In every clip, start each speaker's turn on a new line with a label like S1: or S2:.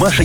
S1: Маша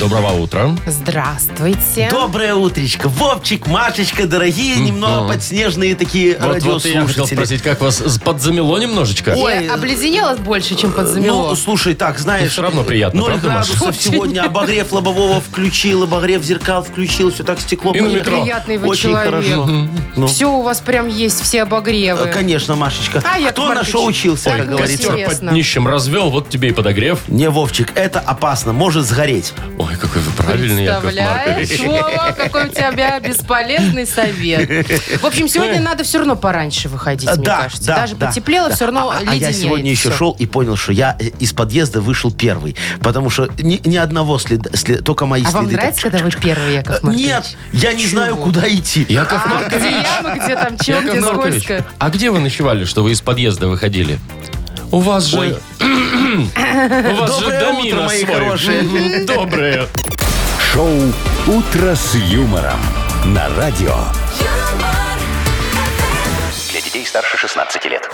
S2: Доброго утра.
S3: Здравствуйте.
S4: Доброе утречко. Вовчик, Машечка, дорогие,
S2: ну.
S4: немного подснежные такие
S2: Вот, вот я хотел
S4: радиослушатели.
S2: спросить, как вас с- подзамело немножечко?
S4: Ой,
S3: Э, обледенело больше, чем подзамело.
S4: Ну, слушай, так, знаешь...
S2: всё равно приятно,
S4: 0
S2: правда, Маша?
S4: градусов сегодня, обогрев лобового включил, обогрев зеркал включил, все так стекло...
S2: И на
S4: Ой,
S2: метро.
S3: Приятный вы
S4: Очень
S3: человек.
S4: хорошо.
S3: Все у вас прям есть, все обогревы.
S4: ну. Э, Конечно, Машечка.
S3: А, Яков
S4: Кто на
S3: Маркович,
S4: что учился,
S3: так
S4: как говорится?
S3: красиво.
S2: Костер под
S3: Интересно.
S2: днищем развел, вот тебе и подогрев.
S4: Не, Вовчик, это опасно, может сгореть.
S2: Ой, какой вы правильный, Яков
S3: Представляешь,
S2: Маркович.
S3: Вова, какой у тебя бесполезный совет. В общем, сегодня надо все равно пораньше выходить, мне
S4: Э. да,
S3: кажется.
S4: да,
S3: Даже
S4: да,
S3: потеплело,
S4: да.
S3: все равно
S4: а, а
S3: леденеет
S4: я сегодня еще
S3: всё.
S4: шел и понял, что я э, из подъезда вышел первый. Потому что ни, ни одного следа, след- только мои
S3: А
S4: следы.
S3: вам
S4: так-
S3: нравится, когда вы первый, Яков Маркович?
S4: Нет, я не знаю,
S3: Чего?
S4: куда идти.
S2: Яков
S3: А
S2: Маркович.
S3: где яма, где там чё,
S2: Яков
S3: где
S2: Маркович,
S3: скользко?
S2: а где вы ночевали, что вы из подъезда выходили? У вас же... У вас же
S4: Доброе
S2: домина
S4: утро, мои
S2: свой.
S4: хорошие.
S2: Мгм, Доброе.
S1: Шоу «Утро с юмором» на радио.
S5: Для детей старше 16 лет.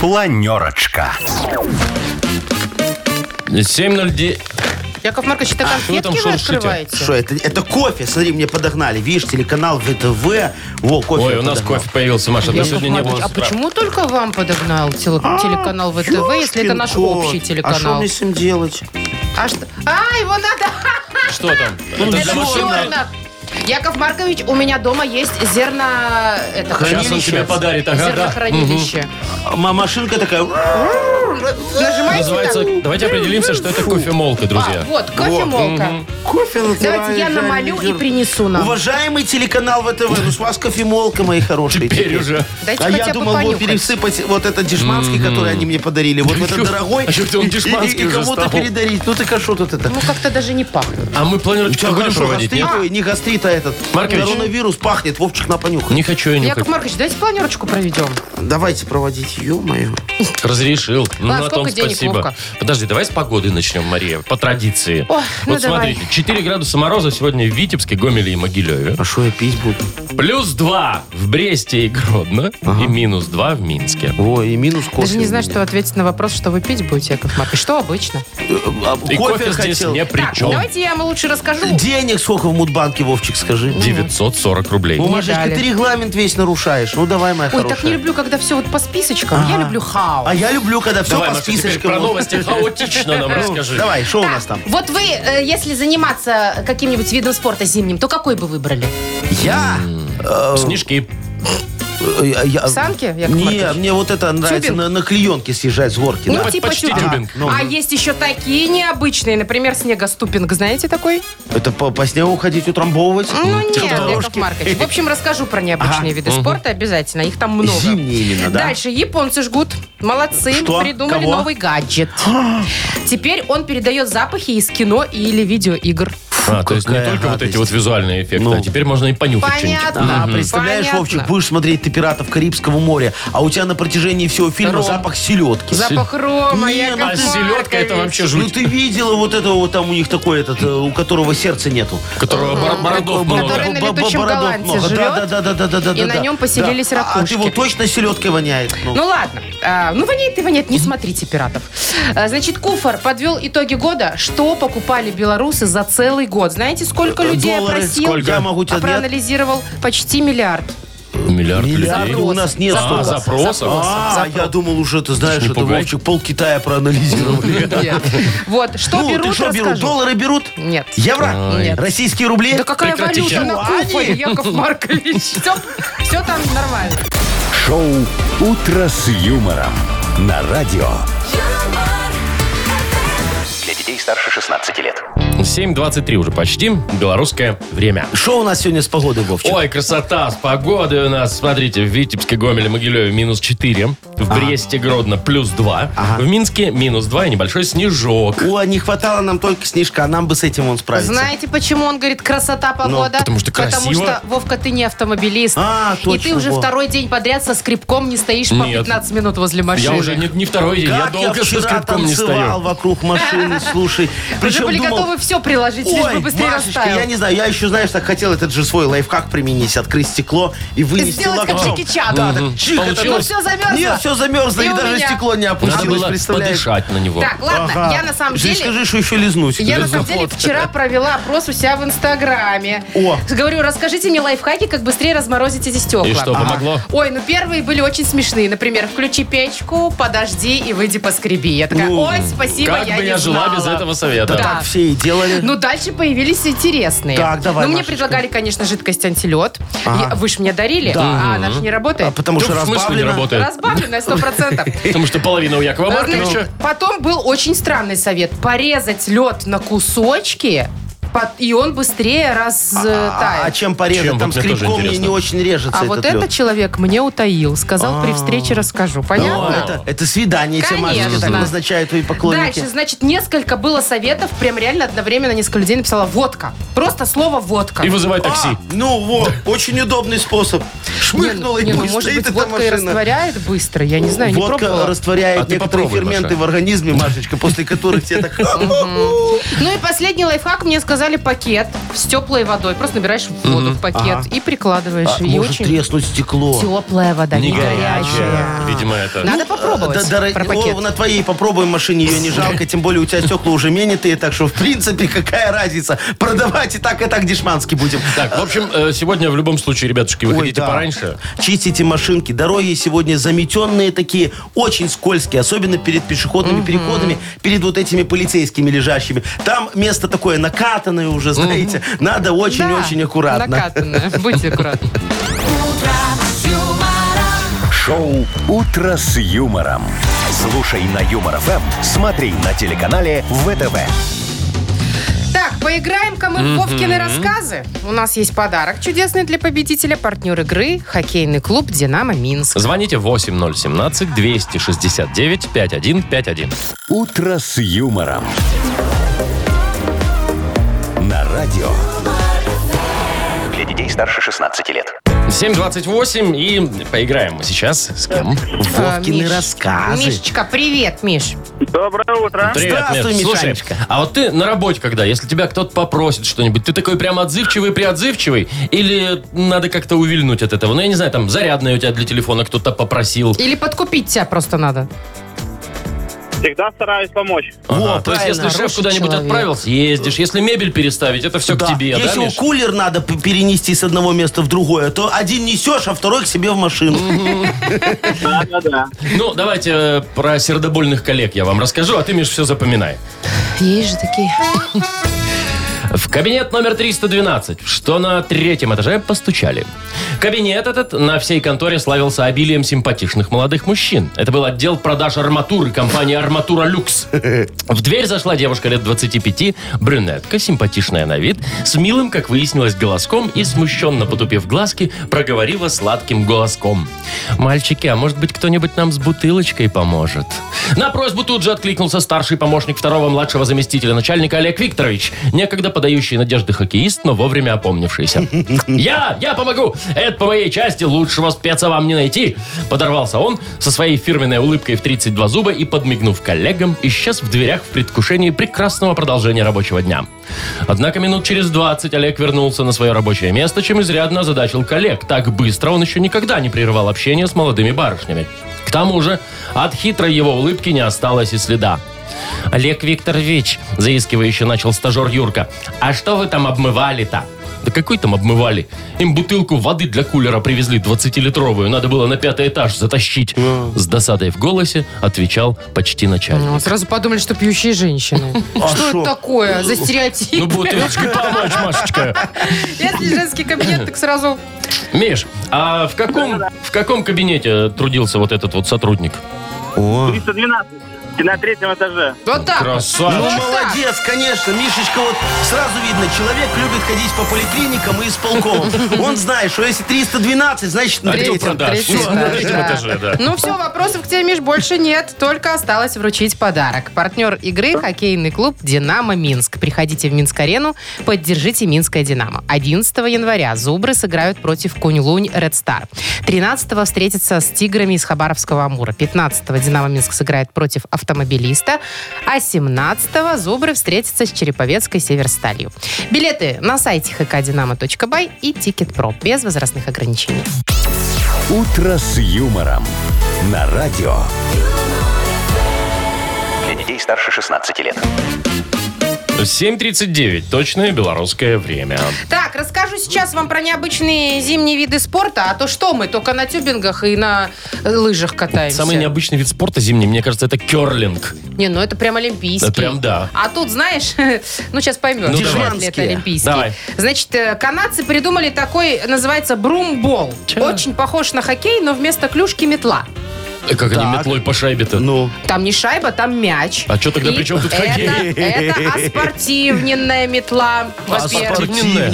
S1: Планерочка.
S2: 7.09.
S3: Яков Маркович,
S4: А,
S3: это
S2: вы там
S3: конфетки вы
S2: шуршите?
S3: открываете?
S4: Что это? Это кофе. Смотри, мне подогнали. Видишь, телеканал ВТВ. Во, кофе.
S2: Ой,
S4: я
S2: у нас
S4: подогнал.
S2: кофе появился, Маша. Да
S3: Яков
S2: сегодня не было.
S3: Маркович, а
S2: с утра.
S3: почему только вам подогнал теле-
S4: А,
S3: телеканал ВТВ, если это наш
S4: Ёшкин кот.
S3: общий
S4: А что
S3: телеканал?
S4: мне с ним делать?
S3: А, что- а, его надо...
S2: Что там?
S3: Это
S2: для
S3: в
S2: машины.
S3: зернах. Яков Маркович, у меня дома есть зерно... Это,
S2: Сейчас он
S3: хранилище.
S2: тебе подарит, ага, да.
S3: Зернохранилище.
S4: А ма- машинка такая...
S3: Нажимаете
S2: Называется...
S3: там?
S2: Давайте определимся, что это кофемолка,
S3: А,
S2: друзья.
S3: вот, кофемолка.
S4: Кофе
S3: Давайте я намолю и принесу нам.
S4: Уважаемый телеканал ВТВ, ну с вас кофемолка, мои хорошие.
S2: Теперь уже.
S3: Дайте
S4: А
S3: хотя
S4: я
S3: бы
S4: думал, его
S3: понюхать.
S4: пересыпать вот этот дешманский, который они мне подарили. Вот этот дорогой.
S2: А что-то он
S4: и- и-
S2: дешманский
S4: И
S2: уже
S4: кому-то
S2: стал.
S4: передарить. Ну так а что тут это?
S3: Ну, как-то даже не пахнет.
S2: А мы планировочку
S4: Что,
S2: будем
S4: хорошо,
S2: проводить,
S4: гастрит,
S2: нет?
S4: ой, не гастрит, а этот.
S2: Маркович.
S4: Коронавирус пахнет, Вовчик, на понюхай.
S2: Не хочу я
S3: Яков
S2: нюхать.
S3: Маркович, давайте планерочку проведем.
S4: Давайте проводить, ё-моё.
S2: Разрешил. Ну,
S3: Ладно,
S2: на том
S3: сколько денег,
S2: спасибо.
S3: Вовка?
S2: Подожди, давай с погоды начнем, Мария, по традиции.
S3: Ой, ну
S2: вот смотрите, 4 градуса мороза сегодня в Витебске, Гомеле и Могилеве.
S4: А что я пить буду?
S2: Плюс 2 в Бресте и Гродно. И минус 2 в Минске.
S4: Ой, и минус кофе.
S3: Даже не знаю,
S4: у
S3: что ответить на вопрос, что вы пить будете, Яков Маркович. Что обычно?
S4: меня. А,
S2: И кофе, здесь
S4: хотел.
S2: не при
S3: так,
S2: чем.
S3: давайте я вам лучше расскажу.
S4: Денег сколько в Мудбанке, Вовчик, скажи?
S2: 940 рублей.
S4: Ну,
S3: Не
S4: Машечка,
S3: дали.
S4: ты регламент весь нарушаешь. Ну, давай, моя
S3: Ой,
S4: хорошая.
S3: так не люблю, когда все вот по списочкам. Я люблю хаос.
S4: А я люблю, когда все
S2: Давай,
S4: по
S2: Маша, теперь
S4: списочкам.
S2: про
S4: вот. Ну,
S2: новости хаотично нам расскажи.
S4: Давай, что у нас там?
S3: Вот вы, э, если заниматься каким-нибудь видом спорта зимним, то какой бы выбрали?
S4: Я?
S2: Снежки.
S4: э, я- я-
S3: Санки, Яков
S4: Не,
S3: Маркович?
S4: мне вот это нравится.
S3: Тюбинг?
S4: На, на клеенке съезжать с горки.
S3: Ну,
S4: да.
S3: типа
S2: почти
S3: тюбинг.
S2: тюбинг.
S4: Ну,
S3: а
S4: ну.
S3: есть еще такие необычные, например, снегоступинг. Знаете такой?
S4: Это по, по снегу ходить, утрамбовывать?
S3: Ну нет,
S4: Типа
S3: Яков
S4: дорожки.
S3: Маркович. В общем, расскажу про необычные виды спорта обязательно. Их там много.
S4: Зимние именно, да?
S3: Дальше японцы жгут. Молодцы,
S4: Что?
S3: придумали
S4: Кого?
S3: новый гаджет. Теперь он передает запахи из кино или видеоигр.
S2: А, то есть не
S4: какая
S2: только вот эти
S4: гадость. Ну.
S2: вот визуальные эффекты, а теперь можно и понюхать что-нибудь.
S3: Понятно.
S4: А, представляешь,
S3: Понятно.
S4: Вовчик, будешь смотреть «Ты пиратов Карибского моря», а у тебя на протяжении всего фильма
S3: Ром.
S4: запах селедки.
S3: Запах рома,
S4: Не,
S3: Яков
S4: ну,
S2: А селедка это
S3: Маркович.
S2: вообще
S4: Ну
S2: жуть,
S4: ты видела вот этого вот там у них такой этот, э, у которого сердца нету.
S2: которого бор- бородов
S3: Который
S2: много.
S3: на
S4: Бо- бо-
S3: летучем
S4: бородов
S3: голландце
S4: много.
S3: живет,
S4: Да, да, да, да, да, да,
S3: и
S4: да,
S3: на
S4: да.
S3: нем поселились
S4: Да. А-
S3: ракушки.
S4: А ты вот точно селедкой воняет. Ну.
S3: Ну ладно, А, ну воняет и воняет, не смотрите пиратов. А, Значит, Куфор подвел итоги года, что покупали белорусы за целый год. Знаете, сколько людей
S4: Э, Доллары
S3: опросил?
S4: сколько? Я могу тебе
S3: а проанализировал почти миллиард.
S2: Миллиард
S4: Миллиард
S2: людей.
S4: у нас нет
S2: А,
S4: столько.
S2: запросов.
S4: А, я думал уже, ты знаешь,
S2: не
S4: это
S2: пугай.
S4: Вовчик пол Китая проанализировали.
S3: Нет. Вот, что
S4: Ну, ты
S3: берут,
S4: что берут?
S3: расскажу.
S4: Доллары берут?
S3: Нет.
S4: Евро?
S3: Нет.
S4: Российские рубли?
S3: Да какая
S2: Прекрати,
S3: валюта
S2: Яков.
S3: на Куфоре, Яков Маркович? Все, там нормально.
S1: Шоу «Утро с юмором» на радио.
S5: Для детей старше 16 лет.
S2: 7.23 уже почти. Белорусское время.
S4: Что у нас сегодня с погодой, Вовчик?
S2: Ой, красота! С погодой у нас, смотрите, в Витебске, Гомеле, Могилеве минус 4. В
S4: А.
S2: Бресте, Гродно плюс 2. В Минске минус 2 и небольшой снежок.
S4: О, не хватало нам только снежка, а нам бы с этим он справится.
S3: Знаете, почему он говорит красота погода?
S2: потому что
S3: Потому
S2: красиво.
S3: что, Вовка, ты не автомобилист.
S4: А,
S3: и ты
S4: точно,
S3: уже
S4: во.
S3: второй день подряд со скрипком не стоишь по
S2: Нет.
S3: 15 минут возле
S2: Я
S3: машины.
S2: уже не, не второй день, я
S4: Как
S2: долго со
S4: вчера
S2: скрипком не
S4: танцевал
S2: стою.
S4: вокруг машины, слушай.
S3: Вы же
S4: Причем
S3: были
S4: думал,
S3: готовы все приложить, лишь бы
S4: Ой,
S3: быстрее
S4: Машечка,
S3: растаял.
S4: я не знаю, я еще, знаешь, так хотел этот же свой лайфхак применить, открыть стекло и вынести
S3: Сделать как
S4: локтем.
S3: Джеки Чан.
S4: Да, так чих, это
S2: Получилось?
S3: Ну всё, замерзло.
S4: Нет, все замерзло,
S3: И
S4: и,
S3: у
S4: даже
S3: меня.
S4: стекло не
S2: Надо
S4: опустилось,
S2: было
S4: представляешь?
S2: подышать на него.
S3: Так, ладно,
S4: Ага.
S3: я на самом
S4: Ты
S3: деле...
S4: скажи, что еще лизнуть.
S3: Я на
S2: Лиза,
S3: самом деле
S2: вот.
S3: вчера провела опрос у себя в Инстаграме.
S4: О.
S3: Говорю, расскажите мне лайфхаки, как быстрее разморозить эти стекла.
S2: И что, помогло?
S3: Ой, ну первые были очень смешные. Например, включи печку, подожди и выйди поскреби. Я такая,
S4: Ну,
S3: ой, спасибо,
S2: Как
S3: я
S2: бы
S3: не
S2: я жила
S3: знала».
S2: без этого совета?
S3: Да.
S4: Так все и делали.
S3: Ну, дальше появились интересные.
S4: Так, давай,
S3: Ну, мне
S4: Машечка.
S3: предлагали, конечно, жидкость антилед. Я- Вы же мне дарили, а она же не
S4: А
S3: работает.
S4: потому
S2: Ну,
S4: что
S2: в смысле не
S4: разбавлено.
S2: работает?
S3: Разбавленная, сто процентов.
S2: Потому что половина у Якова Марковича.
S3: Потом был очень странный совет. Порезать лед на кусочки, под- и он быстрее
S4: А, а
S3: разтает.
S4: чем порезать?
S2: Чем?
S4: Там
S2: Вот мне тоже
S4: скрипком мне
S2: интересно.
S4: не очень режется
S3: А
S4: этот
S3: вот этот
S4: лед.
S3: человек мне утаил. Сказал, при встрече расскажу.
S4: Ну,
S3: Понятно?
S4: А. это, это свидание тебе, Машечка, так
S3: Конечно.
S4: назначают твои поклонники.
S3: Дальше, значит, несколько было советов. Прям реально одновременно несколько людей написала «водка». Просто слово «водка».
S2: И вызывай
S4: А,
S2: такси.
S4: ну вот, очень удобный способ.
S3: Не,
S4: Шмыхнула и
S3: не, ну,
S4: пусть
S3: может
S4: стоит
S3: быть,
S4: эта
S3: водка и
S4: машина.
S3: растворяет быстро. Я не знаю, не
S4: Водка
S3: пробовала.
S4: растворяет
S2: А ты
S4: некоторые
S2: попробуй,
S4: ферменты
S2: Маша.
S4: в организме, Машечка, после которых тебе так...
S3: Ну и последний лайфхак. Мне сказали пакет с теплой водой. Просто набираешь воду в пакет и прикладываешь.
S4: А,
S3: и
S4: Может
S3: очень
S4: треснуть стекло. Ну, э,
S3: теплая вода, не,
S2: Не горячая.
S3: горячая.
S2: Видимо, это...
S3: Надо попробовать
S4: Да, дорог-
S3: про
S4: О,
S3: пакет.
S4: на твоей попробуй машине, ее не жалко, тем более у тебя стекла уже менитые, так что, в принципе, какая разница, продавать и так, и так дешмански будем.
S2: Так, в общем, э, сегодня в любом случае, ребятушки,
S4: Ой,
S2: выходите
S4: да.
S2: пораньше.
S4: Чистите машинки. Дороги сегодня заметенные такие, очень скользкие, особенно перед пешеходными переходами, перед вот этими полицейскими лежащими. Там место такое накатанное уже, знаете. Надо очень-очень
S3: Да,
S4: аккуратно.
S3: накатанная. Будьте аккуратны.
S1: Шоу «Утро с юмором». Слушай на Юмор ФМ, смотри на телеканале ВТВ.
S3: Так, поиграем-ка мы в Вовкины рассказы. У нас есть подарок чудесный для победителя. Партнер игры – хоккейный клуб «Динамо Минск».
S2: Звоните 8017-269-5151.
S1: «Утро с юмором». На радио.
S5: Для детей старше 16 лет.
S2: 7.28 и поиграем мы сейчас с кем?
S3: Э,
S4: Вовкины
S3: Миш.
S4: рассказы.
S3: Мишечка, привет, Миш.
S6: Доброе утро.
S4: Здравствуй,
S2: Миш. Слушай,
S4: Мишанечка.
S2: а вот ты на работе когда, если тебя кто-то попросит что-нибудь, ты такой прям отзывчивый-приотзывчивый? Или надо как-то увильнуть от этого? Ну, я не знаю, там зарядное у тебя для телефона кто-то попросил.
S3: Или подкупить тебя просто надо.
S6: Всегда стараюсь помочь.
S2: Ага, то есть,
S4: правильно,
S2: если шеф
S3: хороший
S2: куда-нибудь
S3: человек.
S2: отправил, съездишь. Если мебель переставить, это все
S4: Да.
S2: к тебе, да,
S4: Если
S2: Миш?
S4: кулер надо п- перенести с одного места в другое, то один несешь, а второй к себе в машину.
S6: Да-да-да.
S2: Ну, давайте э, про сердобольных коллег я вам расскажу, а ты, Миш, все запоминай.
S3: Есть же такие.
S2: В кабинет номер 312, что на третьем этаже постучали. Кабинет этот на всей конторе славился обилием симпатичных молодых мужчин. Это был отдел продаж арматуры компании «Арматура Люкс». В дверь зашла девушка лет 25, брюнетка, симпатичная на вид, с милым, как выяснилось, голоском и, смущенно потупив глазки, проговорила сладким голоском. «Мальчики, а может быть кто-нибудь нам с бутылочкой поможет?» На просьбу тут же откликнулся старший помощник второго младшего заместителя начальника Олег Викторович, некогда подающий надежды хоккеист, но вовремя опомнившийся. «Я! Я помогу! Это по моей части лучшего спеца вам не найти!» Подорвался он со своей фирменной улыбкой в 32 зуба и, подмигнув коллегам, исчез в дверях в предвкушении прекрасного продолжения рабочего дня. Однако минут через 20 Олег вернулся на свое рабочее место, чем изрядно озадачил коллег. Так быстро он еще никогда не прерывал общение с молодыми барышнями. К тому же от хитрой его улыбки не осталось и следа. «Олег Викторович», — заискивающе начал стажер Юрка, «а что вы там обмывали-то?» Да какой там обмывали? Им бутылку воды для кулера привезли 20-литровую. Надо было на пятый этаж затащить.
S4: Ну.
S2: С досадой в голосе отвечал почти начальник.
S3: Ну, сразу подумали, что пьющие женщины. Что это такое за стереотип?
S2: Ну, бутылочкой помочь, Машечка.
S3: Если женский кабинет, так сразу...
S2: Миш, а в каком, в каком кабинете трудился вот этот вот сотрудник?
S4: О,
S6: 312. И на третьем этаже.
S3: Вот так. вот.
S2: Красавчик.
S4: Ну,
S3: Вот так.
S4: молодец, конечно, Мишечка, вот сразу видно, человек любит ходить по поликлиникам и исполкомам. Он знает, что если 312, значит на
S2: Отдел
S4: третьем.
S2: продаж.
S3: третьем,
S2: Ну, Всё, на третьем
S3: да.
S2: этаже, да.
S3: Ну все, вопросов к тебе, Миш, больше нет. Только осталось вручить подарок. Партнер игры – хоккейный клуб «Динамо Минск». Приходите в Минск-арену, поддержите «Минское Динамо». 11 января «Зубры» сыграют против «Кунь-Лунь Ред Стар». 13 встретятся с «Тиграми» из Хабаровского Амура. 15 «Динамо Минск» сыграет против «Автомобилиста». А 17 «Зубры» встретятся с Череповецкой «Северсталью». Билеты на сайте hkdinamo.by и «Тикет.Про» без возрастных ограничений.
S1: «Утро с юмором» на радио.
S5: Для детей старше 16 лет.
S2: 7.39. Точное белорусское время.
S3: Так, расскажу сейчас вам про необычные зимние виды спорта, а то что мы, только на тюбингах и на э, лыжах катаемся.
S2: Самый необычный вид спорта зимний, мне кажется, это керлинг.
S3: Не, ну это прям олимпийский.
S2: Да, прям да.
S3: А тут, знаешь, ну сейчас поймешь,
S2: Ну,
S3: вряд ли
S4: давай.
S3: это олимпийский.
S2: Давай.
S3: Значит, э, канадцы придумали такой, называется, брумбол.
S2: Чё?
S3: Очень похож на хоккей, но вместо клюшки метла.
S2: Э, Как они
S4: Так.
S2: метлой по шайбе-то.
S4: Ну,
S3: Там не шайба, там мяч.
S2: А чё тогда
S3: И
S2: при чём тут хоккей?
S3: Это, это аспортивненная метла,
S2: а
S3: во-первых.
S2: Аспортивненная.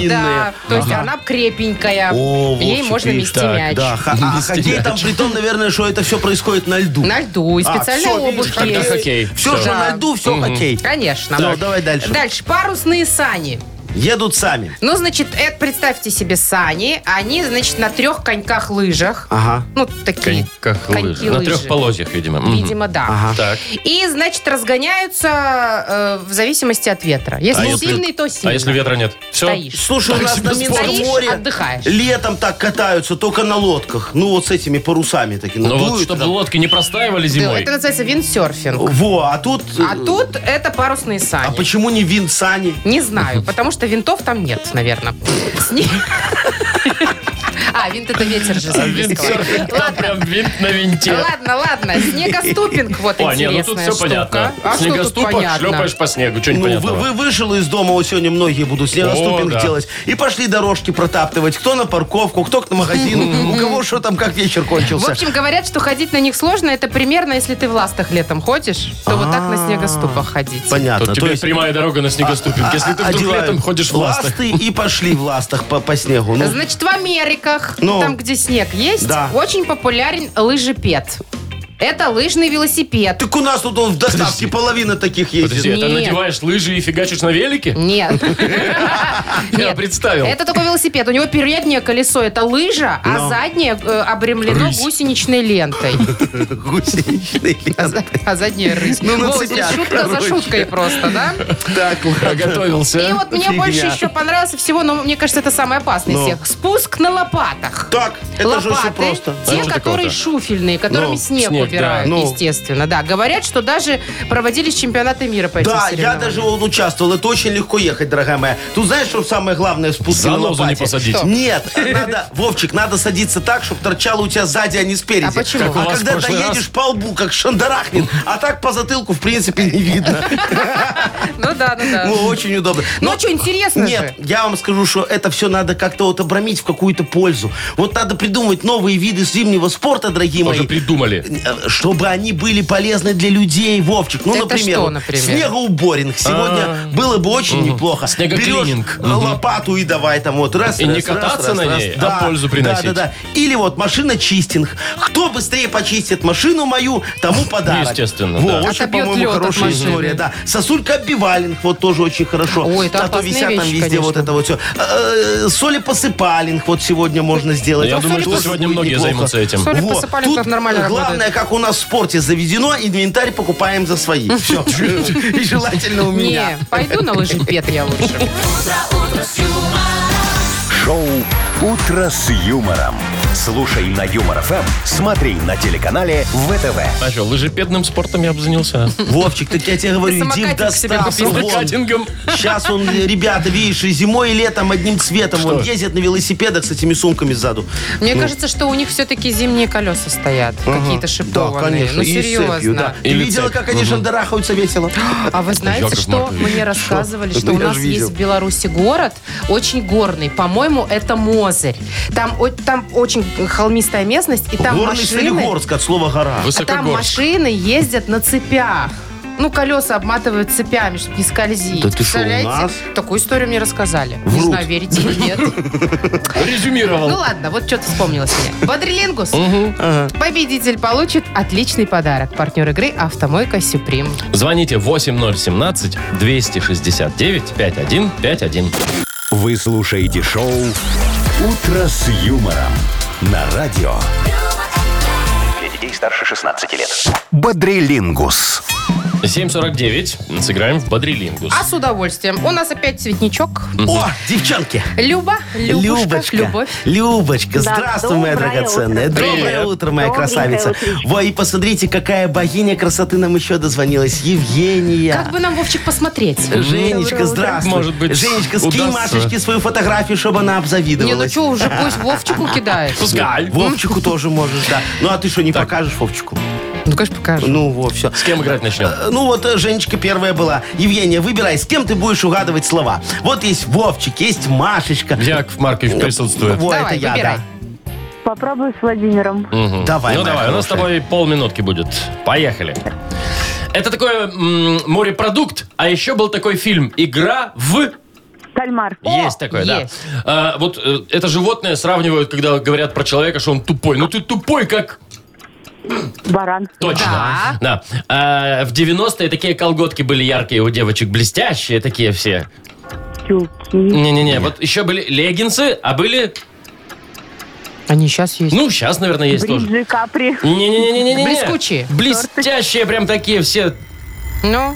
S3: Да, то есть она крепенькая.
S4: О,
S3: Ей
S4: Вовчик,
S3: можно
S4: и
S3: мести
S2: так,
S3: мяч.
S4: да, ха- а хоккей там, при том, наверное, что это все происходит на льду.
S3: На льду, и
S4: А,
S3: специальная
S4: всё,
S3: обувь
S4: видишь,
S2: Тогда
S3: есть.
S2: хоккей.
S4: Все
S2: Всё.
S4: же на льду, все хоккей.
S3: Конечно.
S4: Так. Ну, давай дальше.
S3: Дальше. Парусные сани.
S4: Едут сами.
S3: Ну, значит, это представьте себе сани. Они, значит, на трех коньках-лыжах.
S4: Ага.
S3: Ну, такие.
S2: Коньках лыжи. На
S3: Коньки-лыжи.
S2: трех полозьях, видимо. Мгм.
S3: Видимо, да.
S4: Ага.
S2: Так.
S3: И, значит, разгоняются э, в зависимости от ветра. Если
S2: А если-
S3: сильный, то сильный.
S2: А если ветра нет? Все?
S3: Стоишь.
S4: Слушай, у нас
S2: себе
S4: на
S2: спорт.
S4: Минском
S3: Стоишь,
S4: море
S3: отдыхаешь.
S4: летом так катаются, только на лодках. Ну, вот с этими парусами таки
S2: Ну
S4: надуют.
S2: вот, чтобы
S4: там.
S2: лодки не простаивали
S3: Да,
S2: зимой.
S3: Это называется виндсерфинг.
S4: Во, а тут...
S3: А
S4: э,
S3: тут это парусные сани.
S4: А почему не Винсани?
S3: Не знаю, потому что винтов там нет, наверное. А, винт это ветер же с
S2: А винт
S3: английского.
S2: серфинг, там
S3: Ладно.
S2: прям винт на винте.
S3: Ладно, ладно, снегоступинг, вот
S2: О, не, ну тут
S3: интересная
S2: все
S3: штука.
S2: понятно.
S3: А что тут
S2: Снегоступок,
S3: понятно?
S2: шлепаешь по снегу, что
S4: Ну,
S2: непонятного.
S4: вы, вы вышел из дома, вот сегодня многие будут снегоступинг
S2: О, да.
S4: делать. И пошли дорожки протаптывать. Кто на парковку, кто к магазину, у кого что там, как вечер
S3: В
S4: кончился.
S3: общем, говорят, что ходить на них сложно. Это примерно, если ты в ластах летом ходишь, то вот так на снегоступах ходить.
S4: Понятно.
S2: Тут
S4: то
S2: тебе
S4: есть-
S2: прямая дорога на снегоступинг. Если ты
S4: А-
S2: вдруг
S4: одевают
S2: летом ходишь в ластах.
S4: ласты и пошли в ластах по, по снегу. Ну,
S3: Значит, в Америках,
S4: Ну.
S3: там, где снег есть,
S4: Да.
S3: очень популярен лыжепед. Это лыжный велосипед.
S4: так у нас тут он в доставке половина таких
S2: Подожди,
S4: ездит.
S2: это
S3: Нет.
S2: надеваешь лыжи и фигачишь на велике?
S3: Нет.
S2: Я
S3: Нет.
S2: представил.
S3: Это такой велосипед. У него переднее колесо это лыжа, а
S4: Ну.
S3: заднее э, обремлено
S2: Рысь.
S3: гусеничной лентой.
S4: Гусеничный
S3: А
S4: лес.
S3: за- А задняя рысь.
S4: Ну, на
S3: Вова, здесь
S4: цепях,
S3: шутка за
S4: короче.
S3: шуткой просто, да?
S4: Так, ладно.
S3: И
S2: Готовился.
S3: вот мне
S4: Фигня.
S3: больше еще понравился всего, но мне кажется, это самый опасный из
S4: Ну.
S3: всех. Спуск на лопатах.
S4: Так, это же очень просто.
S2: А
S3: Те,
S2: что
S3: которые
S2: такого-то?
S3: шуфельные, которыми
S4: Ну,
S3: снег,
S2: снег,
S3: убирают,
S4: да. Ну.
S3: естественно, да. Говорят, что даже проводились чемпионаты мира по этим
S4: Да, я
S3: соревнованиям.
S4: даже он участвовал. Это очень легко ехать, дорогая моя. Тут знаешь, что самое главное в спуске на
S2: Занозу не
S4: лопате?
S2: посадить. Что?
S4: Нет, надо, Вовчик, надо садиться так, чтобы торчало у тебя сзади, а не спереди.
S3: А почему? Как у
S4: а
S2: вас в
S4: когда
S2: прошлый раз.
S4: доедешь по лбу, как шандарахнет, а так по затылку, в принципе, не видно.
S3: Ну да, ну да.
S4: Ну, очень удобно.
S3: Ну, что, интересно
S4: Нет,
S3: же.
S4: я вам скажу, что это все надо как-то вот обрамить в какую-то пользу. Вот надо придумать новые виды зимнего спорта, дорогие
S2: Уже
S4: мои.
S2: придумали.
S4: Э, Чтобы они были полезны для людей, Вовчик. Ну,
S3: Это
S4: например,
S3: что,
S4: вот
S3: например?
S4: снегоуборинг. Сегодня было бы очень неплохо.
S2: А. Снегоклининг.
S4: Берешь э, лопату и давай там вот раз,
S2: И не
S4: раз, раз,
S2: кататься
S4: раз,
S2: на
S4: раз.
S2: ней, а
S4: Да,
S2: пользу приносить.
S4: Да, да, да. Или вот машина чистинг. Кто быстрее почистит машину мою, тому подарок.
S2: Естественно,
S4: Во,
S2: да.
S4: очень,
S3: Отобьет лед
S4: по-моему,
S3: от
S4: хорошая
S3: машины.
S4: история. Да. Сосулька оббивалинг, вот тоже очень хорошо.
S3: Ой, это
S4: а то
S3: опасные
S4: висят там
S3: вещи,
S4: везде
S3: конечно.
S4: вот это вот все. Соли посыпалинг вот сегодня можно сделать.
S2: Ну, Я
S4: Вот
S2: думаю,
S4: соли
S2: что сегодня
S4: посыпалинг
S2: многие
S4: неплохо.
S2: займутся этим.
S3: Соли
S4: Вот.
S3: посыпали,
S4: Тут
S3: как нормально
S4: главное,
S3: работает.
S4: как у нас в спорте заведено, инвентарь покупаем за свои. Все. И желательно у меня.
S3: Не, пойду на лыжепед я лучше.
S1: Шоу «Утро с юмором». Слушай на Юмор ФМ, смотри на телеканале ВТВ.
S2: А что, лыжепедным спортом я бы занялся.
S4: Вовчик, так я тебе говорю,
S3: Ты
S4: иди в
S3: самокатик себе
S4: доставку.
S3: купил.
S4: вон.
S3: А
S2: Катингом.
S4: Сейчас он, ребята, видишь, и зимой, и летом одним цветом. Он ездит на велосипедах с этими сумками сзаду.
S3: Мне кажется, что у них все-таки зимние колеса стоят. Какие-то шипованные. Ну,
S4: и с цепью,
S3: серьезно.
S4: да. Ты
S2: Или
S4: видела,
S2: цепь.
S4: как они шандарахаются весело?
S3: А вы знаете,
S2: Яков
S3: что
S2: Маркович,
S3: мне рассказывали, что
S4: Ну,
S3: у
S4: я
S3: нас
S4: же видел.
S3: есть в Беларуси город очень горный. По-моему, это Мозырь. Там, о- там очень очень холмистая местность, и там
S4: Горный
S3: машины...
S4: Солигорск от слова гора.
S3: А там
S2: Высокогорск.
S3: машины ездят на цепях. Ну, колеса обматывают цепями, чтобы не скользить.
S4: Да ты шо, у
S3: Представляете?
S4: нас?
S3: Такую историю мне рассказали. Не
S4: Врут.
S3: знаю, верите или нет. Ну
S2: Резюмировал.
S3: ладно, вот что-то вспомнилось мне. Бодрилингус. Победитель получит отличный подарок. Партнер игры «Автомойка Сюприм».
S2: Звоните 8017-269-5151.
S1: Вы слушаете шоу «Утро с юмором» на радио
S5: Для детей старше 16 лет.
S1: «Бодрилингус».
S2: 7.49. Сыграем в Бодрилингус.
S3: А с удовольствием. У нас опять цветничок.
S4: О, девчонки.
S3: Люба, Любушка,
S4: Любочка,
S3: Любовь.
S4: Любочка,
S7: Да,
S4: здравствуй, моя
S7: доброе
S4: драгоценная.
S7: утро.
S4: Доброе
S2: Привет.
S4: утро, моя
S7: Добренькое
S4: красавица.
S7: утречко.
S4: Во, и посмотрите, какая богиня красоты нам еще дозвонилась. Евгения.
S3: Как бы нам, Вовчик, посмотреть?
S4: Женечка, здравствуй.
S2: Может быть,
S4: Женечка, скинь
S2: удастся.
S4: Машечке свою фотографию, чтобы она
S3: Не, ну
S4: обзавидовалась.
S3: что, уже пусть Вовчику кидает.
S2: Пускай.
S4: Вовчику тоже можешь, да. Ну, а ты что, не покажешь Вовчику?
S3: Ну, конечно, покажу.
S4: Ну, во, все.
S2: С кем играть начнем?
S4: Ну вот, э, Женечка первая была. Евгения, выбирай, с кем ты будешь угадывать слова. Вот есть Вовчик, есть Машечка.
S2: Яков Маркович присутствует.
S4: Во,
S3: Давай,
S4: это я,
S3: выбирай.
S7: Попробую с Владимиром.
S2: Мгм.
S4: Давай,
S2: Ну
S4: моя
S2: давай, у нас с
S4: хорошая.
S2: тобой полминутки будет. Поехали. Это такой м, морепродукт, а еще был такой фильм «Игра в...»
S7: Кальмар.
S2: Есть такое,
S3: есть.
S2: да. А, вот э, это животное сравнивают, когда говорят про человека, что он тупой. Ну ты тупой, как
S7: Баран.
S2: Точно. Да. А, в 90-е такие колготки были яркие у девочек, блестящие такие все.
S7: Тюки.
S2: Не-не-не, вот еще были леггинсы, а были...
S3: Они сейчас есть.
S2: Ну, сейчас, наверное, есть тоже.
S7: Бриджи Капри.
S2: Не-не-не-не-не.
S3: Блескучие.
S2: Блестящие прям такие все.
S3: Ну,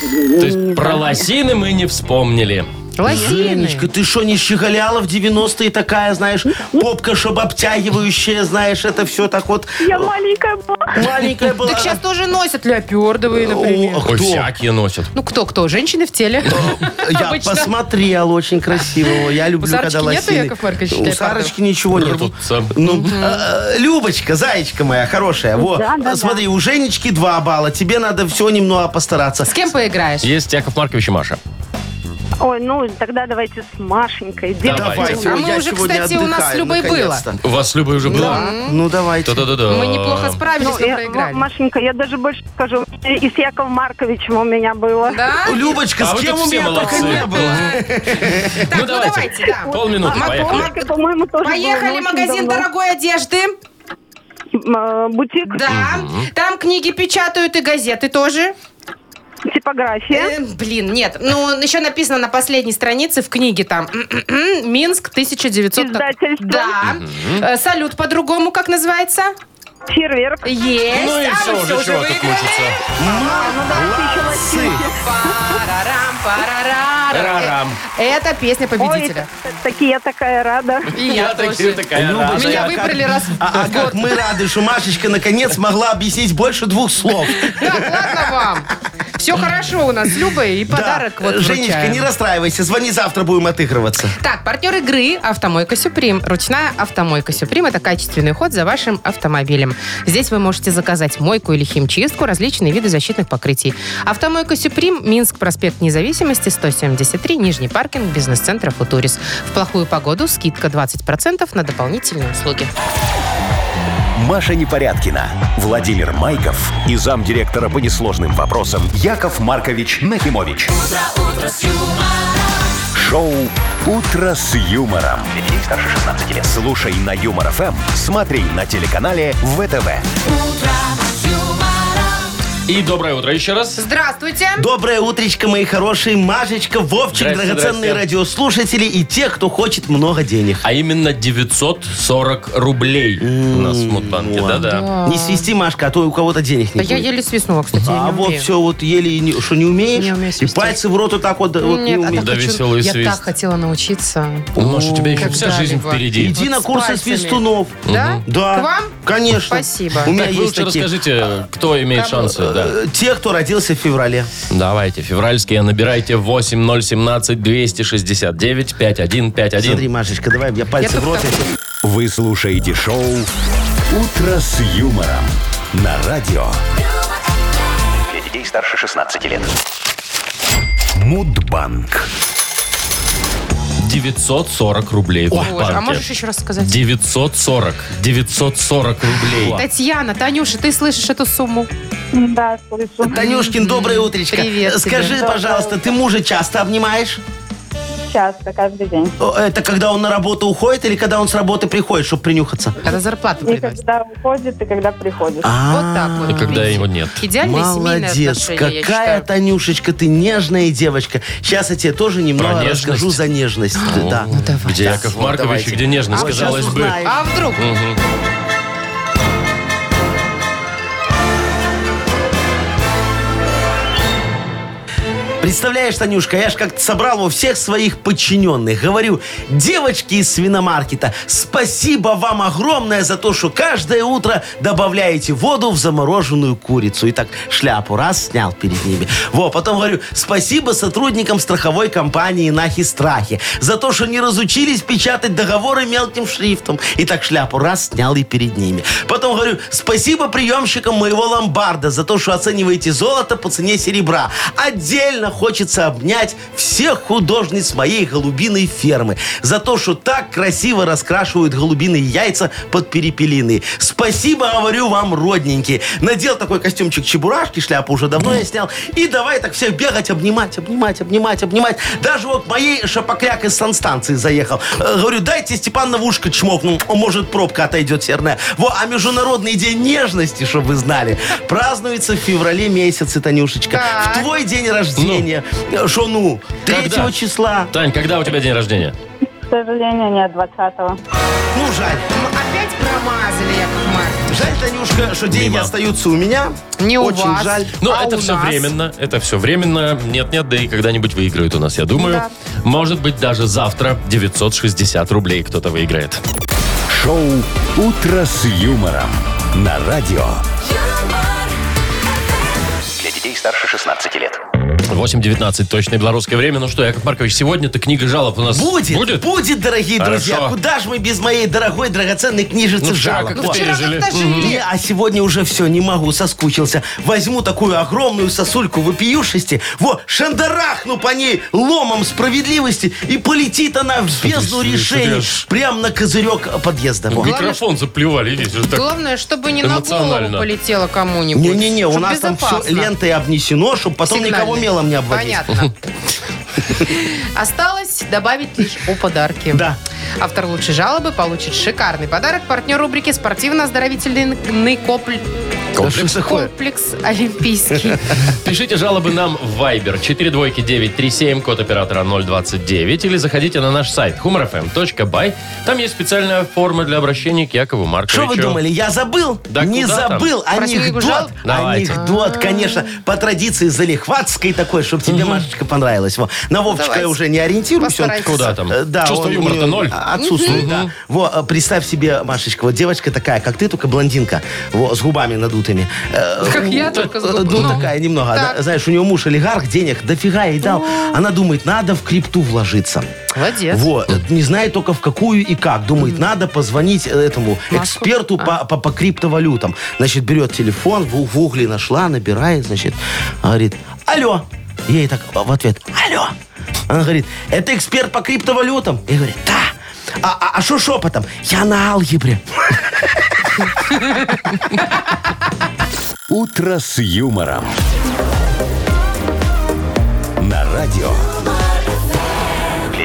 S2: То есть про лосины мы не вспомнили.
S4: Женечка,
S3: лосины.
S4: ты что, не щеголяла в 90-е такая, знаешь, попка, чтобы обтягивающая, знаешь, это все так вот
S7: Я маленькая была.
S4: маленькая была.
S3: Так сейчас тоже носят леопердовые, например.
S4: О, а
S2: Ой,
S4: кто?
S2: всякие носят.
S3: Ну, кто-кто? Женщины в теле.
S4: Я
S3: Обычно.
S4: посмотрел, очень красивого. Я люблю,
S3: Сарочки
S4: когда
S3: нету,
S4: лосины.
S3: Яков Маркович,
S4: У
S3: леопардов?
S4: Сарочки ничего нету.
S2: Рвутся.
S4: Ну, э, Любочка, зайчка моя хорошая, вот,
S7: Да, да, да.
S4: смотри, у Женечки два балла, тебе надо все немного постараться.
S3: С кем поиграешь?
S2: Есть Яков Маркович и Маша.
S7: Ой, ну тогда давайте с Машенькой.
S2: Давай.
S4: Давайте.
S3: А
S4: Ой,
S3: мы
S4: я
S3: уже,
S4: сегодня
S3: кстати, у нас
S4: отдыхаю,
S3: с Любой было.
S4: наконец-то.
S2: У вас Люба уже была?
S4: Ну, давайте.
S2: Да-да-да.
S3: Мы неплохо справились,
S7: Ну,
S3: но
S7: я-
S3: проиграли.
S7: Машенька, я даже больше скажу, и с Яковом Марковичем у меня было.
S3: Да?
S4: Любочка,
S2: А вы
S4: с кем
S2: тут
S4: у
S2: все
S4: меня только
S2: молодцы.
S4: не было?
S3: Так, ну давайте, да.
S2: Полминуты,
S3: Мак-
S2: поехали.
S3: мак-
S7: Марка, по-моему, тоже было, но
S3: Поехали,
S7: очень
S3: магазин
S7: давно.
S3: дорогой одежды.
S7: М, э, Бутик,
S3: Да. Там книги печатают и газеты тоже.
S7: типография.
S3: Э, блин, нет. Ну, еще написано на последней странице в книге там. Минск, 1900...
S7: Издательство.
S3: Да. Э, Салют по-другому, как называется?
S7: Фейерверк.
S3: Есть.
S2: Ну и
S3: а
S2: все,
S3: мы
S2: уже
S3: все
S2: чего тут
S3: выиграли.
S2: мучиться.
S3: ну
S4: Молодцы.
S3: Парарам, парарарам.
S2: Рарам.
S3: Э, Это песня
S7: Ой,
S3: победителя.
S7: таки я такая рада.
S3: И я
S2: таки-
S3: тоже. Ну,
S2: такая рада.
S3: Меня
S4: а
S3: выбрали раз в
S4: А, а как мы рады, что Машечка наконец могла объяснить больше двух слов.
S3: Так, ладно вам. Все хорошо у нас, с Любой, и подарок
S4: Да. Э,
S3: вот
S4: Женечка,
S3: вручаем.
S4: не расстраивайся, звони, завтра будем отыгрываться.
S3: Так, партнер игры «Автомойка Сюприм». Ручная «Автомойка Сюприм» — это качественный уход за вашим автомобилем. Здесь вы можете заказать мойку или химчистку, различные виды защитных покрытий. «Автомойка Сюприм», Минск, проспект Независимости, 173, Нижний паркинг, бизнес-центр «Футурис». В плохую погоду скидка 20% на дополнительные услуги.
S1: Маша Непорядкина, Владимир Майков и замдиректора по несложным вопросам Яков Маркович Нахимович. Шоу Утро с юмором. Для детей старше 16 лет. Слушай на юмор ФМ, смотри на телеканале ВТВ.
S2: И доброе утро еще раз.
S3: Здравствуйте!
S4: Доброе утречко, мои хорошие. Машечка, Вовчик,
S2: Здрасте,
S4: драгоценные
S2: здрасте.
S4: радиослушатели и те, кто хочет много денег.
S2: А именно 940 рублей у нас в Мудбанке. Да-да.
S4: Не свисти, Машка, а то у кого-то денег
S3: Да
S4: не
S3: я
S4: будет.
S3: еле свистнула, кстати, я не
S4: А вот
S3: умею.
S4: все, вот еле, и не- что не умеешь,
S3: Не умею
S4: и
S3: свистеть.
S4: пальцы в рот вот так вот, да, вот не
S3: Нет, а
S4: умеешь.
S3: так
S2: Да
S3: хочу-
S2: веселый
S3: я
S2: свист.
S3: так хотела научиться.
S2: У Маша, у тебя еще вся
S3: когда-либо.
S2: жизнь впереди.
S4: Иди
S3: вот
S4: на
S3: с
S4: курсы
S3: пальцами.
S4: свистунов.
S3: Да?
S4: Да.
S3: К вам?
S4: Конечно.
S3: Спасибо.
S4: У меня
S2: Так, вы
S4: есть
S2: лучше
S4: такие.
S2: расскажите, кто имеет шансы. Да.
S4: Э, Те, кто родился в феврале.
S2: Давайте, февральские, набирайте 8017-269-5151.
S4: Смотри, Машечка, давай, я пальцы
S3: Я
S4: в рот.
S3: тут
S1: Вы слушаете шоу Утро с юмором на радио
S5: Для детей старше 16 лет.
S1: Мудбанк.
S2: 940 рублей. в
S3: Боже, а
S2: банке.
S3: можешь еще раз сказать?
S2: 940. 940 рублей.
S3: Татьяна, Танюша, ты слышишь эту сумму?
S7: Да, слышу.
S4: Танюшкин, доброе утречко.
S3: Привет тебе.
S4: Скажи, пожалуйста, ты мужа часто обнимаешь?
S7: Часто, каждый день.
S4: О, Это когда он на работу уходит или когда он с работы приходит, чтобы принюхаться?
S3: Когда зарплату
S7: И
S3: приносит.
S7: когда уходит, и когда приходит.
S2: А.
S3: Вот так вот.
S2: И когда
S3: видите?
S2: его нет.
S3: Идеальные семейные
S4: Молодец,
S3: отношения, я
S4: какая
S3: считаю.
S4: Танюшечка, ты нежная девочка. Сейчас я тебе тоже немного
S2: нежность?
S4: расскажу за нежность. Да.
S3: Ну, давай.
S2: Где Яков
S4: Вот
S2: Маркович
S4: давайте.
S2: и где нежность,
S4: А вот
S2: казалось
S4: щас
S2: бы.
S4: узнаем.
S3: А вдруг?
S4: Представляешь, Танюшка, я ж как-то собрал у всех своих подчиненных. Говорю, девочки из свиномаркета, спасибо вам огромное за то, что каждое утро добавляете воду в замороженную курицу. И так шляпу раз снял перед ними. Во, потом говорю, спасибо сотрудникам страховой компании «Нахи Страхи» за то, что не разучились печатать договоры мелким шрифтом. И так шляпу раз снял и перед ними. Потом говорю, спасибо приемщикам моего ломбарда за то, что оцениваете золото по цене серебра. Отдельно хочется обнять всех художниц моей голубиной фермы за то, что так красиво раскрашивают голубиные яйца под перепелиные. Спасибо, говорю вам, родненькие. Надел такой костюмчик чебурашки, шляпу уже давно я снял. И давай так всех бегать, обнимать, обнимать, обнимать, обнимать. Даже вот моей шапокляк из санстанции заехал. Э, Говорю, дайте Степан в ушко чмокну. а Может, пробка отойдет серная. Во, а Международный день нежности, чтобы вы знали, празднуется в феврале месяце, Танюшечка.
S3: Так.
S4: В твой день рождения. Э, Шо ну? 3
S2: Когда?
S4: числа.
S2: Тань, когда у тебя день рождения?
S7: К сожалению, нет 20-го.
S4: Ну, жаль.
S3: Ну, Опять промазали, Яков Маркович.
S4: Жаль, Танюшка, что деньги
S2: Мимо.
S4: остаются у меня.
S3: Не у
S4: Очень
S3: вас.
S4: жаль.
S2: Ну,
S3: А
S2: это
S3: у
S2: все
S3: нас?
S2: временно. Это все временно. Нет-нет, да и когда-нибудь выиграют у нас, я думаю.
S3: Да.
S2: Может быть, даже завтра 960 рублей кто-то выиграет.
S1: Шоу «Утро с юмором» на радио.
S5: Для детей старше 16 лет.
S2: 8.19 точное белорусское время. Ну что, Яков Маркович, сегодня-то книга жалоб у нас
S4: Будет, будет,
S2: будет?
S4: дорогие
S2: Хорошо.
S4: друзья. Куда же мы без моей дорогой драгоценной книжицы
S2: Ну, вчера
S4: жалоб?
S2: как
S4: Вот.
S2: пережили.
S4: Не, а сегодня уже все, не могу, соскучился. Возьму такую огромную сосульку вопиюшести, во, шандарахну по ней ломом справедливости, и полетит она в бездну
S2: ты,
S4: решений,
S2: что
S4: прям на козырек подъезда.
S3: Угу.
S4: во.
S2: Микрофон заплевали, видите, так.
S3: Главное, чтобы не на голову
S2: Эмоционально.
S3: полетело кому-нибудь.
S4: Не-не-не, у
S3: Чтоб
S4: нас там все
S3: безопасно.
S4: лентой обнесено, чтобы потом
S3: Сигнальный.
S4: никого мелом не обводить.
S3: Понятно. Осталось добавить лишь о подарке.
S4: Да.
S3: Автор лучшей жалобы получит шикарный подарок. Партнер рубрики «Спортивно-оздоровительный копль».
S4: Комплекс такое?
S3: Комплекс Олимпийский.
S2: Пишите жалобы нам в Viber 42937, код оператора 029, или заходите на наш сайт humorfm.by. Там есть специальная форма для обращения к Якову Марковичу.
S4: Что вы думали, я забыл?
S2: Да
S4: не
S2: куда там?
S4: забыл.
S3: Про книгу жалоб?
S4: Анекдот.
S2: Давайте.
S4: Анекдот,
S3: А.
S4: конечно, по традиции залихватской такой, чтобы тебе, Машечка, понравилось. Во. На Вовчика
S3: Давайте.
S4: я уже не ориентируюсь. он-
S3: Постарайтесь.
S2: Куда там?
S4: Э, Да,
S2: Чувство
S4: он у
S2: юмора-то
S4: него
S2: ноль.
S4: Отсутствует, да. Во, э, представь себе, Машечка, вот девочка такая, как ты, только блондинка, во, с губами надутыми. Э,
S3: Как я,
S4: ну,
S3: только с
S4: э,
S3: губами.
S4: Ну, такая немного.
S3: Так.
S4: Да, Знаешь, у нее муж олигарх, денег дофига ей дал. Она думает, надо в крипту вложиться.
S3: Молодец.
S4: Вот, не знает только в какую и как. Думает, надо позвонить э, этому
S3: Марку?
S4: эксперту
S3: А.
S4: по, по, по криптовалютам. Значит, берет телефон, в, в угле нашла, набирает, значит, говорит, алло. Ей так в ответ, алло. Она говорит, это эксперт по криптовалютам? И говорит, да. А- А а что шепотом? Я на алгебре.
S1: «Утро с юмором». На радио.
S5: Для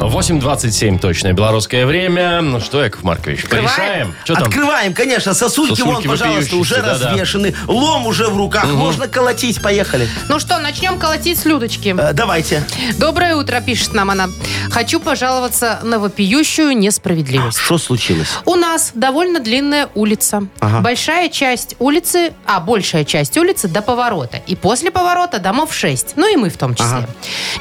S2: 8.27 точное белорусское время. Ну что, Яков Маркович, порешаем? Что там?
S4: Открываем, конечно. Сосульки,
S2: Сосульки
S4: вон, пожалуйста, уже
S2: вопиющиеся, да-да.
S4: развешены. Лом уже в руках. Можно колотить. Поехали.
S3: Ну что, начнем колотить с Людочки.
S4: Э, Давайте.
S3: Доброе утро, пишет нам она. Хочу пожаловаться на вопиющую несправедливость.
S4: Что случилось?
S3: У нас довольно длинная улица.
S4: Ага.
S3: Большая часть улицы, а большая часть улицы до поворота. И после поворота домов 6. Ну и мы в том числе.
S4: Ага.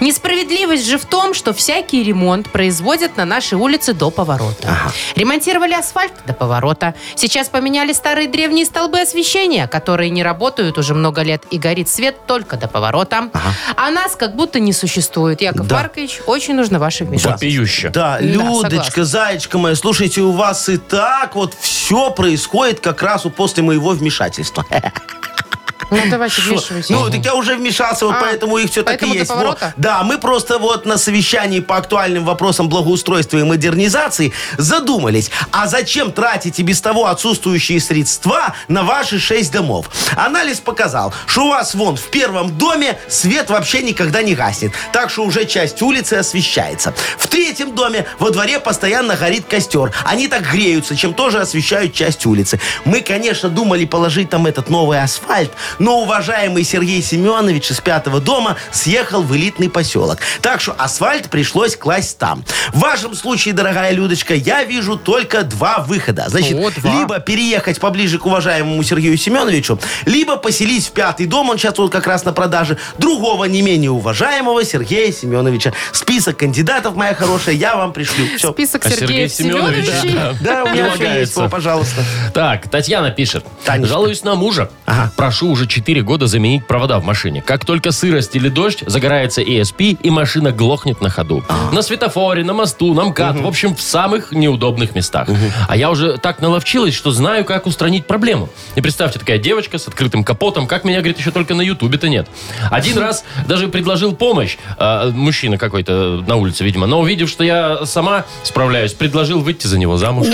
S3: Несправедливость же в том, что всякий ремонт производят на нашей улице до поворота. Ремонтировали асфальт до поворота. Сейчас поменяли старые древние столбы освещения, которые не работают уже много лет, и горит свет только до поворота. А нас как будто не существует. Яков
S4: Да.
S3: Маркович, очень нужно ваше вмешательство.
S2: Вопиюще.
S4: Да,
S3: Да, согласна.
S4: Людочка, зайчка моя, слушайте, у вас и так вот все происходит как раз у- после моего вмешательства.
S3: Ну, давай,
S4: Шо?
S3: вмешивайся.
S4: Ну, так я уже вмешался, вот
S3: А,
S4: поэтому их все так и
S3: поэтому до
S4: есть. Во.
S3: поворота?
S4: Да, мы просто вот на совещании по актуальным вопросам благоустройства и модернизации задумались, а зачем тратить и без того отсутствующие средства на ваши шесть домов? Анализ показал, что у вас вон в первом доме свет вообще никогда не гаснет, так что уже часть улицы освещается. В третьем доме во дворе постоянно горит костер. Они так греются, чем тоже освещают часть улицы. Мы, конечно, думали положить там этот новый асфальт, но уважаемый Сергей Семенович из пятого дома съехал в элитный поселок. Так что асфальт пришлось класть там. В вашем случае, дорогая Людочка, я вижу только два выхода. Значит,
S3: О, два.
S4: либо переехать поближе к уважаемому Сергею Семеновичу, либо поселить в пятый дом, он сейчас вот как раз на продаже, другого не менее уважаемого Сергея Семеновича. Список кандидатов, моя хорошая, я вам пришлю. Все.
S3: Список
S2: А
S3: Сергея Семеновича.
S4: Да, у меня уже есть
S2: прилагается.
S4: слово, пожалуйста.
S2: Так, Татьяна пишет.
S4: Танечка.
S2: Жалуюсь на мужа. Прошу уже 4 года заменить провода в машине. Как только сырость или дождь, загорается ESP, и машина глохнет на ходу. На светофоре, на мосту, на МКАД. В общем, в самых неудобных местах. А я уже так наловчилась, что знаю, как устранить проблему. И представьте, такая девочка с открытым капотом, как меня, говорит, еще только на Ютубе-то нет. Один раз даже предложил помощь. э, Мужчина какой-то на улице, видимо. Но увидев, что я сама справляюсь, предложил выйти за него замуж.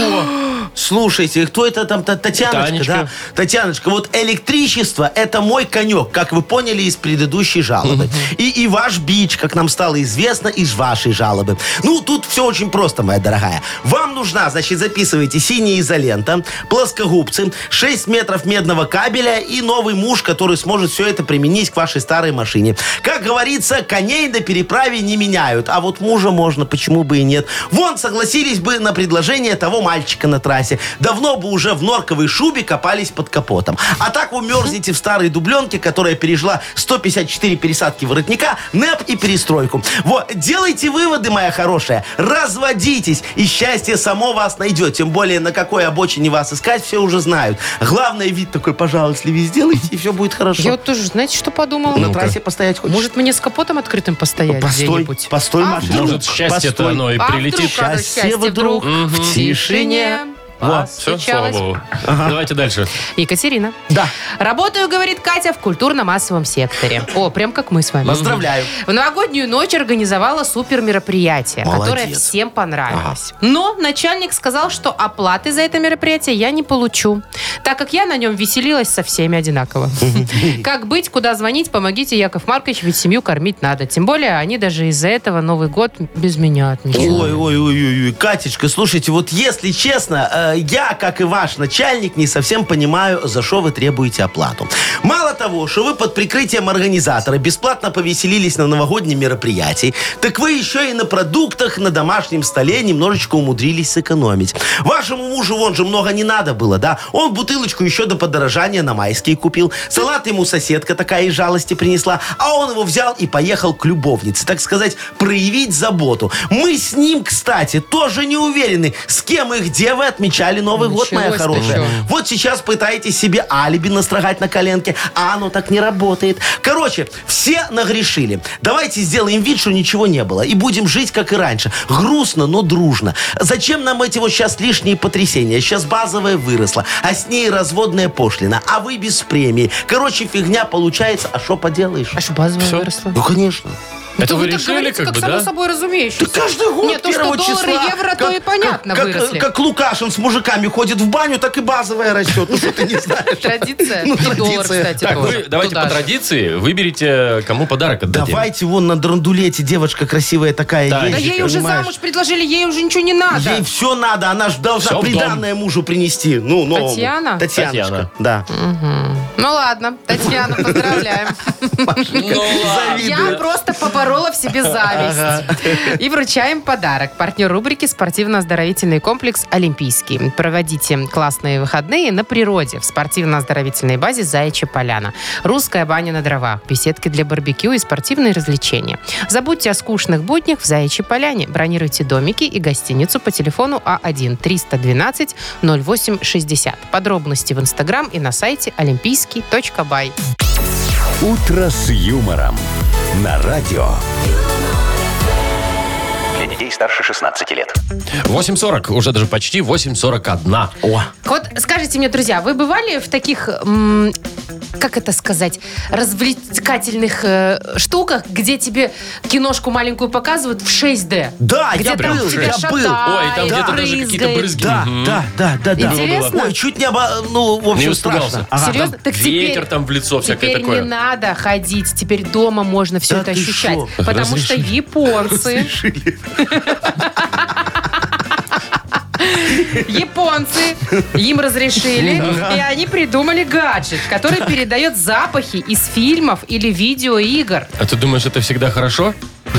S4: Слушайте, кто это там? Та- Татьяночка,
S2: Танечка.
S4: да? Татьяночка, вот электричество – это мой конек, как вы поняли из предыдущей жалобы. И, и ваш бич, как нам стало известно, из вашей жалобы. Ну, тут все очень просто, моя дорогая. Вам нужна, значит, записывайте синяя изолента, плоскогубцы, 6 метров медного кабеля и новый муж, который сможет все это применить к вашей старой машине. Как говорится, коней на переправе не меняют, а вот мужа можно, почему бы и нет. Вон, согласились бы на предложение того мальчика на трассе. Давно бы уже в норковой шубе копались под капотом. А так вы мерзнете в старой дубленке, которая пережила 154 пересадки воротника, нэп и перестройку. Вот, делайте выводы, моя хорошая. Разводитесь, и счастье само вас найдет. Тем более, на какой обочине вас искать, все уже знают. Главное, вид такой, пожалуйста, вы сделайте, и все будет хорошо.
S3: Я вот тоже, знаете, что подумала?
S4: На трассе постоять хочешь?
S3: Может, мне с капотом открытым постоять
S4: Ну. Постой,
S3: где-нибудь?
S4: постой,
S3: А
S4: Машечка,
S3: вдруг?
S2: Может, счастье-то
S4: Ну, постой.
S2: оно и
S3: А
S2: прилетит.
S3: вдруг оно счастье
S4: Счастье вдруг в тишине.
S2: А, все, слава
S3: случалось.
S2: богу. Давайте дальше.
S3: Ну, Екатерина. Да. Работаю, говорит Катя, в культурно-массовом секторе. О, прям как мы с вами.
S4: Поздравляю.
S3: В новогоднюю ночь организовала супер мероприятие,
S4: Молодец.
S3: которое всем понравилось. Но начальник сказал, что оплаты за это мероприятие я не получу, так как я на нем веселилась со всеми одинаково. Как быть, куда звонить, помогите, Яков Маркович, ведь семью кормить надо. Тем более, они даже из-за этого Новый год без меня отмечают.
S4: Ой, ой, ой, ой, ой, Катечка, слушайте, вот если честно, э, я, как и ваш начальник, не совсем понимаю, за что вы требуете оплату. Мало того, что вы под прикрытием организатора бесплатно повеселились на новогоднем мероприятии, так вы еще и на продуктах на домашнем столе немножечко умудрились сэкономить. Вашему мужу вон же много не надо было, да? Он бутылочку еще до подорожания на майские купил, салат ему соседка такая из жалости принесла, а он его взял и поехал к любовнице, так сказать, проявить заботу. Мы с ним, кстати, тоже не уверены, с кем и где вы отмечали Новый год, моя
S3: Началось-то
S4: хорошая.
S3: чё.
S4: Вот сейчас пытаетесь себе алиби настрогать на коленке, а оно так не работает. Короче, все нагрешили. Давайте сделаем вид, что ничего не было, и будем жить, как и раньше. Грустно, но дружно. Зачем нам эти вот сейчас лишние потрясения? Сейчас базовая выросла, а с ней разводная пошлина, а вы без премии. Короче, фигня получается, а что поделаешь?
S3: А что, базовая
S2: Всё?
S3: выросла?
S4: Ну, конечно.
S2: Это вы
S3: так
S2: решили,
S3: говорите,
S2: как бы,
S3: само
S2: да?
S3: собой разумеющееся.
S4: Да каждый год
S3: Нет, то, что
S4: первого
S3: доллары,
S4: числа,
S3: евро, то
S4: как-
S3: и понятно
S4: как,
S3: выросли.
S4: Как, Лукашин с мужиками ходит в баню, так и базовая растет. Ну что ты не знаешь?
S3: Традиция.
S4: Ну,
S3: И доллар,
S4: традиция.
S3: кстати,
S2: Так,
S3: тоже.
S2: вы давайте
S3: Туда
S2: по
S3: же.
S2: традиции выберите, кому подарок отдадим.
S4: Давайте вон на драндулете девочка красивая такая
S2: Да,
S3: Да
S4: ездит,
S3: ей уже
S4: понимаешь?
S3: замуж предложили, ей уже ничего не надо.
S4: Ей все надо, она же должна
S2: Всё в дом.
S4: приданное мужу принести. Ну, новому.
S3: Татьяна?
S4: Татьяночка,
S2: Татьяна.
S4: да.
S3: Ну ладно, Татьяна, поздравляем.
S2: Ну ладно.
S3: Я просто поборола в себе зависть. И вручаем подарок. Партнер рубрики «Спортивно-оздоровительный комплекс Олимпийский». Проводите классные выходные на природе в спортивно-оздоровительной базе «Заячья поляна». Русская баня на дровах, беседки для барбекю и спортивные развлечения. Забудьте о скучных буднях в «Заячьей поляне». Бронируйте домики и гостиницу по телефону А1-312-0860. Подробности в Инстаграм и на сайте олимпийский.бай.
S1: «Утро с юмором» на радио.
S5: Для детей детей старше 16 лет.
S2: 8.40, уже даже почти 8.41.
S4: О,
S3: Вот скажите мне, друзья, вы бывали в таких, м, как это сказать, развлекательных э, штуках, где тебе киношку маленькую показывают в 6D?
S4: да,
S3: Где
S4: я
S3: там
S4: был,
S3: тебя
S4: я был.
S3: шатает,
S2: Ой, там где-то даже какие-то
S3: брызгает.
S2: брызги.
S4: Да,
S2: Мгм.
S4: да, да, да, да.
S3: Интересно?
S4: Ой, чуть не оба... Ну, в
S2: Не
S4: общем,
S2: испугался.
S4: страшно. Ага,
S3: Серьезно?
S4: там-
S3: Так теперь-
S2: ветер там в лицо, всякое
S3: теперь
S2: такое.
S3: не надо ходить, теперь дома можно все
S4: Да
S3: это
S4: ты
S3: ощущать.
S4: шо?
S3: Потому что
S2: Разрешили.
S3: японцы... Японцы им разрешили,
S4: Ну
S3: и они придумали гаджет, который передает запахи из фильмов или видеоигр.
S2: А ты думаешь, это всегда хорошо?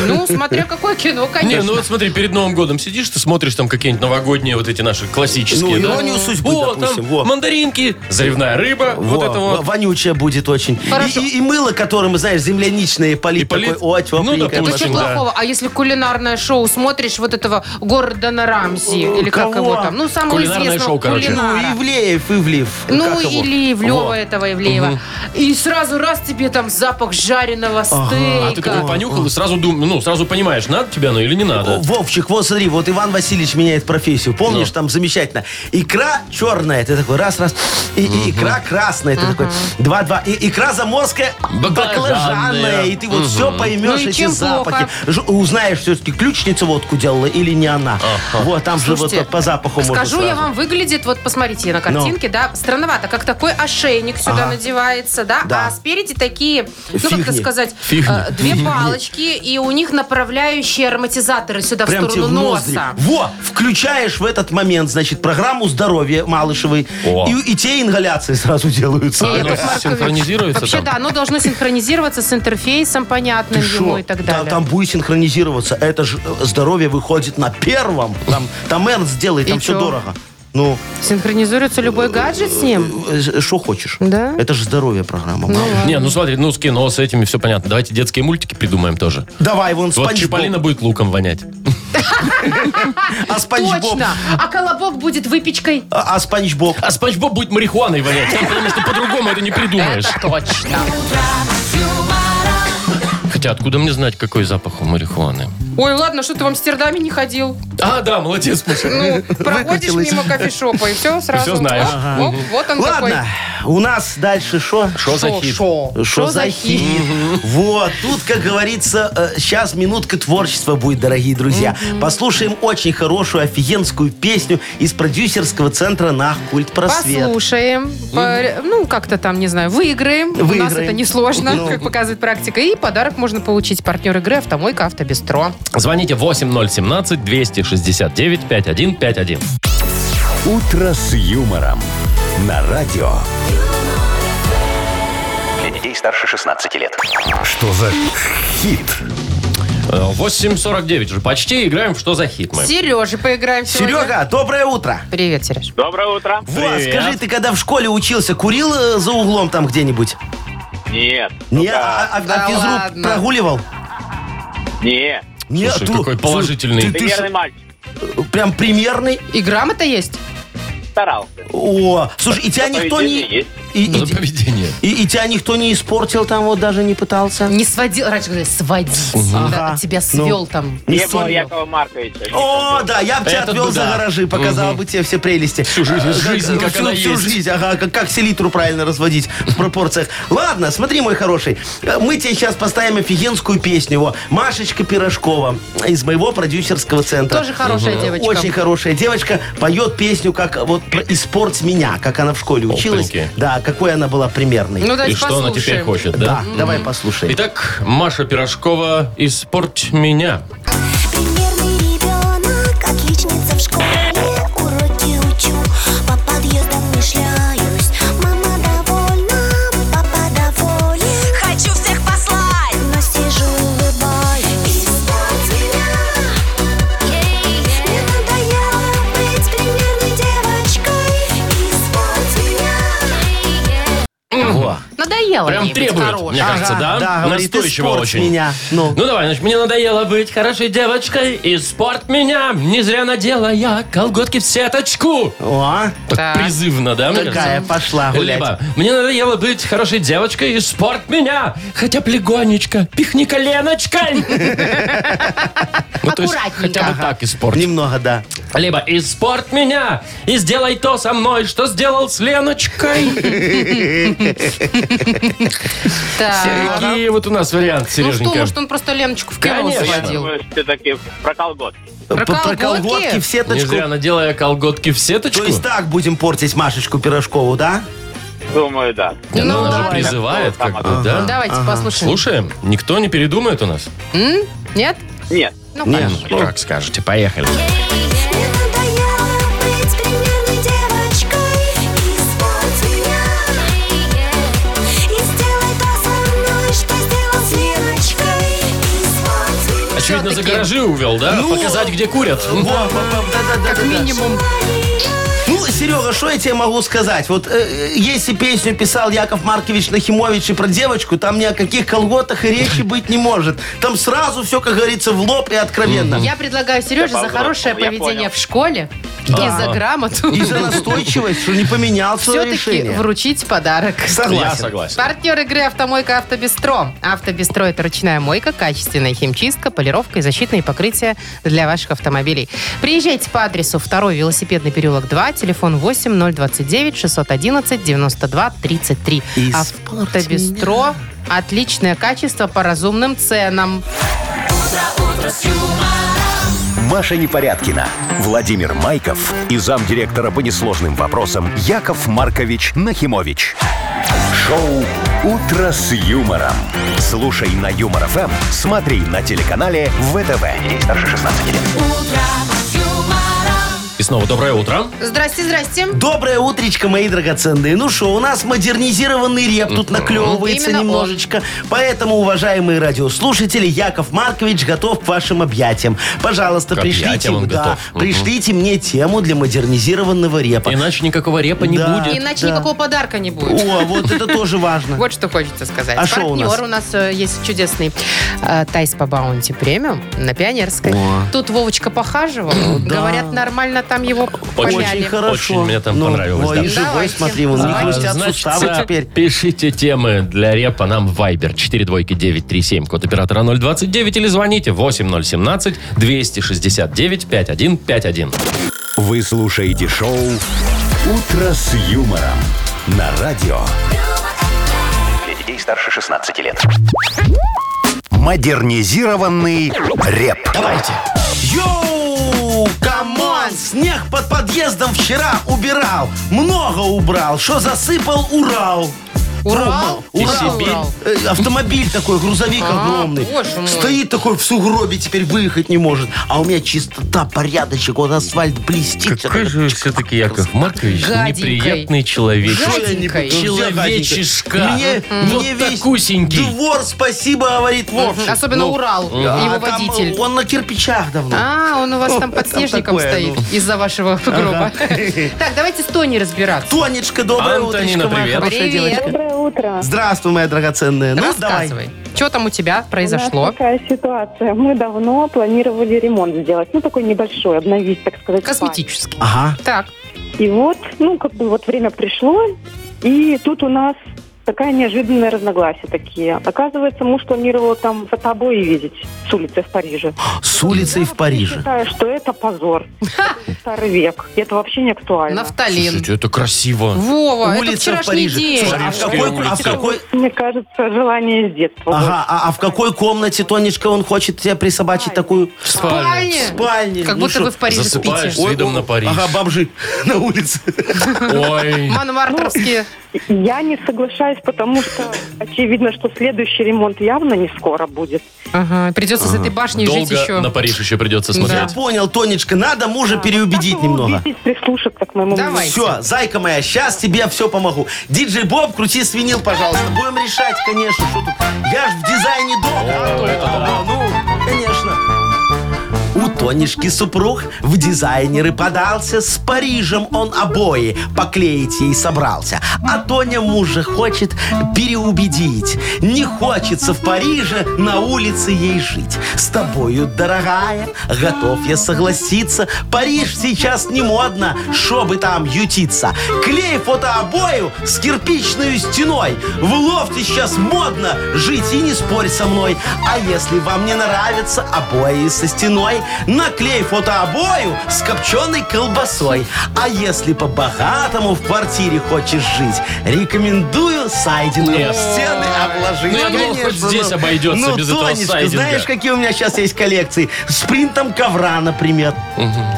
S3: Ну, смотря какое кино,
S2: Не, ну
S3: конечно.
S2: вот смотри, перед Новым годом сидишь, ты смотришь там какие-нибудь новогодние вот эти наши классические,
S4: Ну,
S2: да?
S4: «Иронию судьбы»,
S2: О,
S4: допустим,
S2: там
S4: во.
S2: мандаринки, заливная рыба, вот
S4: Во,
S2: это
S4: во-
S2: вот.
S4: Вонючее будет очень. И-
S3: Хорошо.
S4: И, и мыло, которым, знаешь, земляничное полит,
S2: И полит?
S4: такой, о,
S2: Ну,
S4: тепленькое.
S2: допустим.
S3: Ну, что
S2: очень, да.
S3: плохого? А если кулинарное шоу смотришь вот этого Гордона Рамзи,
S4: О,
S3: или как
S4: кого?
S3: его там? Ну, самого
S2: Кулинарное
S3: известного
S2: шоу, короче.
S3: кулинара.
S4: Ну, Ивлеев, Ивлеев.
S3: Ну,
S4: Как его?
S3: или Ивлева
S4: Во.
S3: этого Ивлеева. И сразу раз тебе там запах жареного стейка.
S2: А ты как бы понюхал и сразу думаешь, ну, сразу понимаешь, надо тебе оно или не
S4: О,
S2: надо.
S4: Э, Вовчик, вот смотри, вот Иван Васильевич меняет профессию. Помнишь,
S2: Ну.
S4: там замечательно. Икра черная, ты такой раз-раз. И, и икра красная, ты такой два-два. И, икра заморская,
S2: Баклажанная.
S4: баклажанная. И ты вот все
S3: Ну
S4: поймешь,
S3: и
S4: эти
S3: чем плохо?
S4: запахи. Ж- узнаешь все-таки, ключница водку делала или не она. Вот, там
S3: Слушайте,
S4: же вот по запаху можно
S3: Скажу я
S4: сразу. Ну.
S3: вам, выглядит, вот посмотрите на картинке, да, странновато, как такой ошейник сюда надевается, да,
S4: Да.
S3: а спереди такие, ну, как это
S4: Фигни.
S3: сказать, э, две палочки, и у них направляющие ароматизаторы сюда
S4: Прям
S3: в
S4: тебе
S3: сторону
S4: в ноздри.
S3: носа.
S4: Во, включаешь в этот момент, значит, программу здоровья Малышевой.
S2: О.
S4: И, и те ингаляции сразу делаются.
S3: Яков
S2: оно
S3: Маркович,
S2: синхронизируется
S3: Вообще,
S2: там?
S3: да, оно должно синхронизироваться с интерфейсом, понятным
S4: Ты
S3: ему
S4: шо?
S3: и так
S4: Там,
S3: далее.
S4: там будет синхронизироваться. Это же э, здоровье выходит на первом. Там, там Эрнст делает, там
S3: И
S4: все
S3: чё?
S4: дорого. Ну,
S3: Синхронизируется любой гаджет с ним?
S4: что хочешь.
S3: Да?
S4: Это же здоровье программа. мама.
S2: Не, ну смотри, ну с кино, с этими все понятно. Давайте детские мультики придумаем тоже.
S4: Давай, вон
S2: Вот
S4: Спанч Боб.
S2: Чиполлино будет луком вонять.
S4: А Спанч Боб-
S3: Точно! А колобок будет выпечкой?
S4: А а Спанч Боб.
S2: А Спанч Боб будет марихуаной вонять. Там, потому что по-другому это не придумаешь.
S3: Точно.
S2: Хотя откуда мне знать, какой запах у марихуаны?
S3: Ой, ладно, что ты в Амстердаме не ходил?
S2: А, да, молодец, Маша.
S3: Ну, проходишь мимо кофешопа, и все сразу.
S2: Всё знаешь.
S3: Оп, оп, вот он
S4: Ладно, у нас дальше что?
S2: Что за
S3: такой.
S2: хит?
S3: Шо, шо?
S4: Что
S3: Шо
S4: за хит? Вот, тут, как говорится, сейчас минутка творчества будет, дорогие друзья. Послушаем очень хорошую, офигенскую песню из продюсерского центра «Нах Культ Просвет».
S3: Послушаем, по- ну, как-то там, не знаю, выиграем. У нас
S4: Выиграем.
S3: это несложно,
S4: Ну.
S3: как показывает практика. И подарок можно получить. Партнер игры «Автомойка Автобестро».
S2: Звоните 8017-269-5151.
S1: «Утро с юмором» на радио.
S5: Для детей старше 16 лет.
S1: Что за хит?
S2: Э, 8.49 же. Почти играем в «Что за хит» мы.
S3: Сережи поиграем сегодня.
S4: Серега, доброе утро.
S3: Привет, Сереж.
S6: Доброе утро.
S4: Вот,
S2: Привет.
S4: скажи, ты когда в школе учился, курил э, за углом там где-нибудь?
S6: Нет.
S4: Не,
S6: ну-ка,
S4: а, а- а
S3: Ну Да
S4: физрук
S3: ладно.
S4: прогуливал?
S6: Нет.
S4: Нет,
S2: Слушай,
S4: ту-
S2: какой
S4: слушай,
S2: положительный.
S4: ты- ты ж
S6: Примерный мальчик.
S4: прям примерный.
S3: И грамота есть?
S6: Старался.
S4: О, слушай, и тебя
S6: По
S4: никто не...
S6: поведению есть.
S4: И, и-
S2: За поведение.
S4: и- и тебя никто не испортил там, вот даже не пытался?
S3: Не сводил, раньше говорили, сводить. Да,
S4: Ну.
S3: тебя свел там.
S6: Не
S4: Ссорил.
S6: было Якова Марковича.
S4: О, да, я бы тебя
S2: Этот
S4: отвел
S2: бы
S4: за
S2: да.
S4: гаражи, показал бы тебе все прелести.
S2: Всю жизнь-
S4: А,
S2: жизнь, как
S4: всю,
S2: она
S4: всю
S2: есть.
S4: жизнь, ага, как, как селитру правильно разводить в пропорциях. Ладно, смотри, мой хороший, э, мы тебе сейчас поставим офигенскую песню. Во, Машечка Пирожкова из моего продюсерского центра.
S3: Тоже хорошая девочка.
S4: Очень хорошая девочка, поет песню, как вот про «Испорть меня», как она в школе училась.
S2: Опаньки.
S4: Да, какой она была примерной.
S3: Ну,
S2: И
S3: давайте
S2: что она теперь
S3: послушаем.
S2: хочет,
S4: да,
S2: да?
S4: давай послушаем.
S2: Итак, Маша Пирожкова «Испорть меня».
S8: Примерный ребенок, отличница в школе Уроки учу, по подъездам не шляюсь Мама довольна, папа доволен Хочу всех послать, но сижу улыбаюсь Испорть меня, мне надоело быть примерной девочкой Испорть меня,
S4: Во.
S3: Надоело
S2: Прям
S3: делании быть
S2: требует,
S3: хорошим.
S2: мне кажется, да?
S4: да, говорит,
S2: Настойчиво
S4: испорть
S2: очень.
S4: меня. Ну.
S2: ну давай, значит, мне надоело быть хорошей девочкой, и спорт меня не зря надела я колготки в сеточку.
S4: О,
S2: Так
S3: Так.
S2: призывно, да, мне
S4: такая
S2: кажется?
S4: пошла гулять.
S2: Либо мне надоело быть хорошей девочкой, и спорт меня, хотя бы легонечко, пихни коленочкой. Ну, то есть,
S3: Аккуратненько.
S2: хотя бы так испортить.
S4: Немного, да.
S2: Либо «Испорт меня и сделай то со мной, что сделал с Леночкой».
S3: Так.
S2: Какие вот у нас варианты,
S3: Ну что,
S2: Сереженька?
S3: может, он просто Леночку в кино
S2: Конечно.
S3: заводил?
S6: Все-таки про колготки.
S3: Про колготки?
S4: колготки в
S2: Не
S4: сеточку.
S2: зря надела я колготки в
S4: То
S2: сеточку.
S4: есть так будем портить Машечку Пирожкову, да?
S6: Думаю, да.
S2: Да, ну,
S3: Ну,
S2: она же
S3: ладно.
S2: призывает
S6: Там
S2: как бы, да?
S3: Ну, Давайте послушаем.
S2: Слушаем, никто не передумает у нас.
S3: М? Нет?
S6: Нет.
S3: Ну,
S4: Не,
S3: хорошо.
S4: ну,
S2: Как скажете, поехали.
S8: Мне надоело быть примерной девочкой Испорть меня И сделай то со мной, что сделал с Леночкой Испорть меня
S2: Очевидно, за
S3: Всё-таки.
S2: гаражи увел, да?
S4: Ну,
S2: Э, Показать, где курят.
S4: Во, во, во, да-да-да-да-да.
S3: Минимум.
S4: Ну, Серега, что я тебе могу сказать? Вот э, если песню писал Яков Маркович Нахимович и про девочку, там ни о каких колготах и речи быть не может. Там сразу все, как говорится, в лоб и откровенно.
S3: Я предлагаю Сереже за
S6: Добавлю,
S3: хорошее
S6: я
S3: поведение
S6: понял.
S3: в школе и за грамоту
S4: И за настойчивость, что не поменял свое
S3: все-таки
S4: решение.
S3: вручить подарок.
S2: Я
S4: Согласен.
S2: согласен.
S3: Партнер игры «Автомойка Автобестро». «Автобестро» — это ручная мойка, качественная химчистка, полировка и защитные покрытия для ваших автомобилей. Приезжайте по адресу 2 велосипедный переулок 2, телефон 8 029 611 92 33.
S4: Испорть
S3: «Автобестро» — отличное качество по разумным ценам.
S1: Маша Непорядкина, Владимир Майков и замдиректора по несложным вопросам Яков Маркович Нахимович. Шоу «Утро с юмором». Слушай на Юмор ФМ, смотри на телеканале ВТВ. Здесь старше 16 лет.
S2: И снова доброе утро.
S3: Здрасте, здрасте.
S4: Доброе утречко, мои драгоценные. Ну что, у нас модернизированный реп тут наклевывается
S3: Именно он.
S4: немножечко. Поэтому, уважаемые радиослушатели, Яков Маркович готов к вашим объятиям. Пожалуйста,
S2: К
S4: пришлите,
S2: объятиям он
S4: да,
S2: готов. Мгм.
S4: пришлите мне тему для модернизированного репа.
S2: Иначе никакого репа не
S4: Да.
S2: будет.
S3: Иначе
S4: да.
S3: никакого подарка не будет.
S4: О, вот это тоже важно.
S3: Вот что хочется сказать.
S4: А
S3: Партнер
S4: шо у нас?
S3: у нас э, есть чудесный э, Тайс по баунти премиум на Пионерской. Тут Вовочка похаживал. Говорят, нормально там его
S4: Очень
S3: помяли.
S4: хорошо. Ну,
S2: Очень мне там понравилось,
S4: ой,
S2: да.
S4: и живой,
S3: Давайте.
S4: смотри, он не
S2: А,
S4: хрустят
S2: значит,
S4: суставы
S2: а,
S4: теперь.
S2: Пишите темы для репа нам в Viber 42937, код оператора 029, или звоните 8017-269-5151.
S1: Вы слушаете шоу «Утро с юмором» на радио
S5: Для детей старше 16 лет.
S1: «Модернизированный реп».
S4: Давайте. Йоу, камон, снег под подъездом вчера убирал. Много убрал, что засыпал, Урал.
S3: Урал?
S4: Урал.
S3: Урал,
S4: Урал.
S3: Урал.
S4: Э, Автомобиль такой, грузовик
S3: А,
S4: огромный.
S3: боже мой.
S4: Стоит такой в сугробе, теперь выехать не может. А у меня чистота, порядочек, вот асфальт блестит.
S2: Какой же все-таки Яков Маркович
S3: Гаденькой.
S2: неприятный человек.
S4: Что я не
S3: гаденькой.
S4: буду?
S2: Человечишка.
S4: Мне,
S2: Вот
S4: мне весь
S2: такусенький.
S4: двор спасибо говорит Вовчик.
S3: Особенно
S4: Ну,
S3: Урал,
S4: а
S3: его
S4: там
S3: водитель.
S4: Он на кирпичах давно.
S3: А, он у вас там
S4: Там
S3: подснежником
S4: такое, ну.
S3: стоит из-за вашего гроба. Так, давайте с Тони разбираться.
S4: Тонечка, доброе
S2: Антонина,
S4: утречко, моя
S2: привет.
S4: хорошая
S3: Привет.
S4: девочка.
S7: Доброе утро.
S4: Здравствуй, моя драгоценная. Ну, давай.
S3: Рассказывай. Что там у тебя
S7: У
S3: произошло?
S7: нас такая ситуация. Мы давно планировали ремонт сделать. Ну, такой небольшой, обновить, так сказать.
S3: Косметически.
S4: Ага.
S3: Так,
S7: спальню. И вот, ну, как бы вот время пришло, и тут у нас такая неожиданная разногласия такие. Оказывается, муж планировал там фотообои видеть с улицы в Париже.
S4: С улицей в
S7: Я
S4: Париже.
S7: считаю, что это позор. Старый век. И Это вообще не актуально.
S3: нафталин.
S2: Слушайте, это красиво.
S3: Вова, это
S4: Улица в
S3: вчерашний
S4: Париже.
S3: день.
S4: Слушай, а в
S2: Парижские
S4: какой- а в
S2: улицы.
S4: какой-
S7: Мне кажется, желание с детства.
S4: Ага, а, а в какой комнате, Тонечка, он хочет тебя присобачить такую
S2: В спальне.
S4: в спальне?
S3: Как
S4: Ну
S3: будто
S4: шо?
S3: вы в Париже
S2: засыпаешь?
S3: спите.
S2: С видом на Париж.
S4: Ага, бомжи на улице.
S2: Ой.
S3: Манмартовские.
S7: Я не соглашаюсь, потому что очевидно, что следующий ремонт явно не скоро будет.
S3: Ага, придется с этой башней жить
S2: Долго
S3: еще.
S2: на Париж еще придется
S4: Я
S2: смотреть.
S4: понял, Тонечка, надо мужа переубедить
S7: Надо
S4: немного.
S7: убедить, прислушаться к моему
S3: Давай.
S7: мнению.
S4: Все, зайка моя, сейчас тебе все помогу. Диджей Боб, крути свинил, пожалуйста. Будем решать, конечно, что тут. Я ж в дизайне дома.
S2: это да.
S4: Ну, конечно. У Тонишки супруг в дизайнеры подался, с Парижем он обои поклеить ей собрался. А Тоня мужа хочет переубедить. Не хочется в Париже на улице ей жить. С тобою, дорогая, готов я согласиться. Париж сейчас не модно, чтобы там ютиться. Клей фотообою с кирпичной стеной. В лофте сейчас модно жить и не спорь со мной. А если вам не нравятся обои со стеной, наклей фотообою с копченой колбасой. А если по-богатому в квартире хочешь жить, рекомендую сайдингом
S2: Нет.
S4: стены обложить.
S2: Ну, я думал, хоть
S4: Конечно,
S2: здесь
S4: ну.
S2: обойдется
S4: ну,
S2: без этого
S4: Тонечка,
S2: сайдинга.
S4: знаешь, какие у меня сейчас есть коллекции? С принтом ковра, например.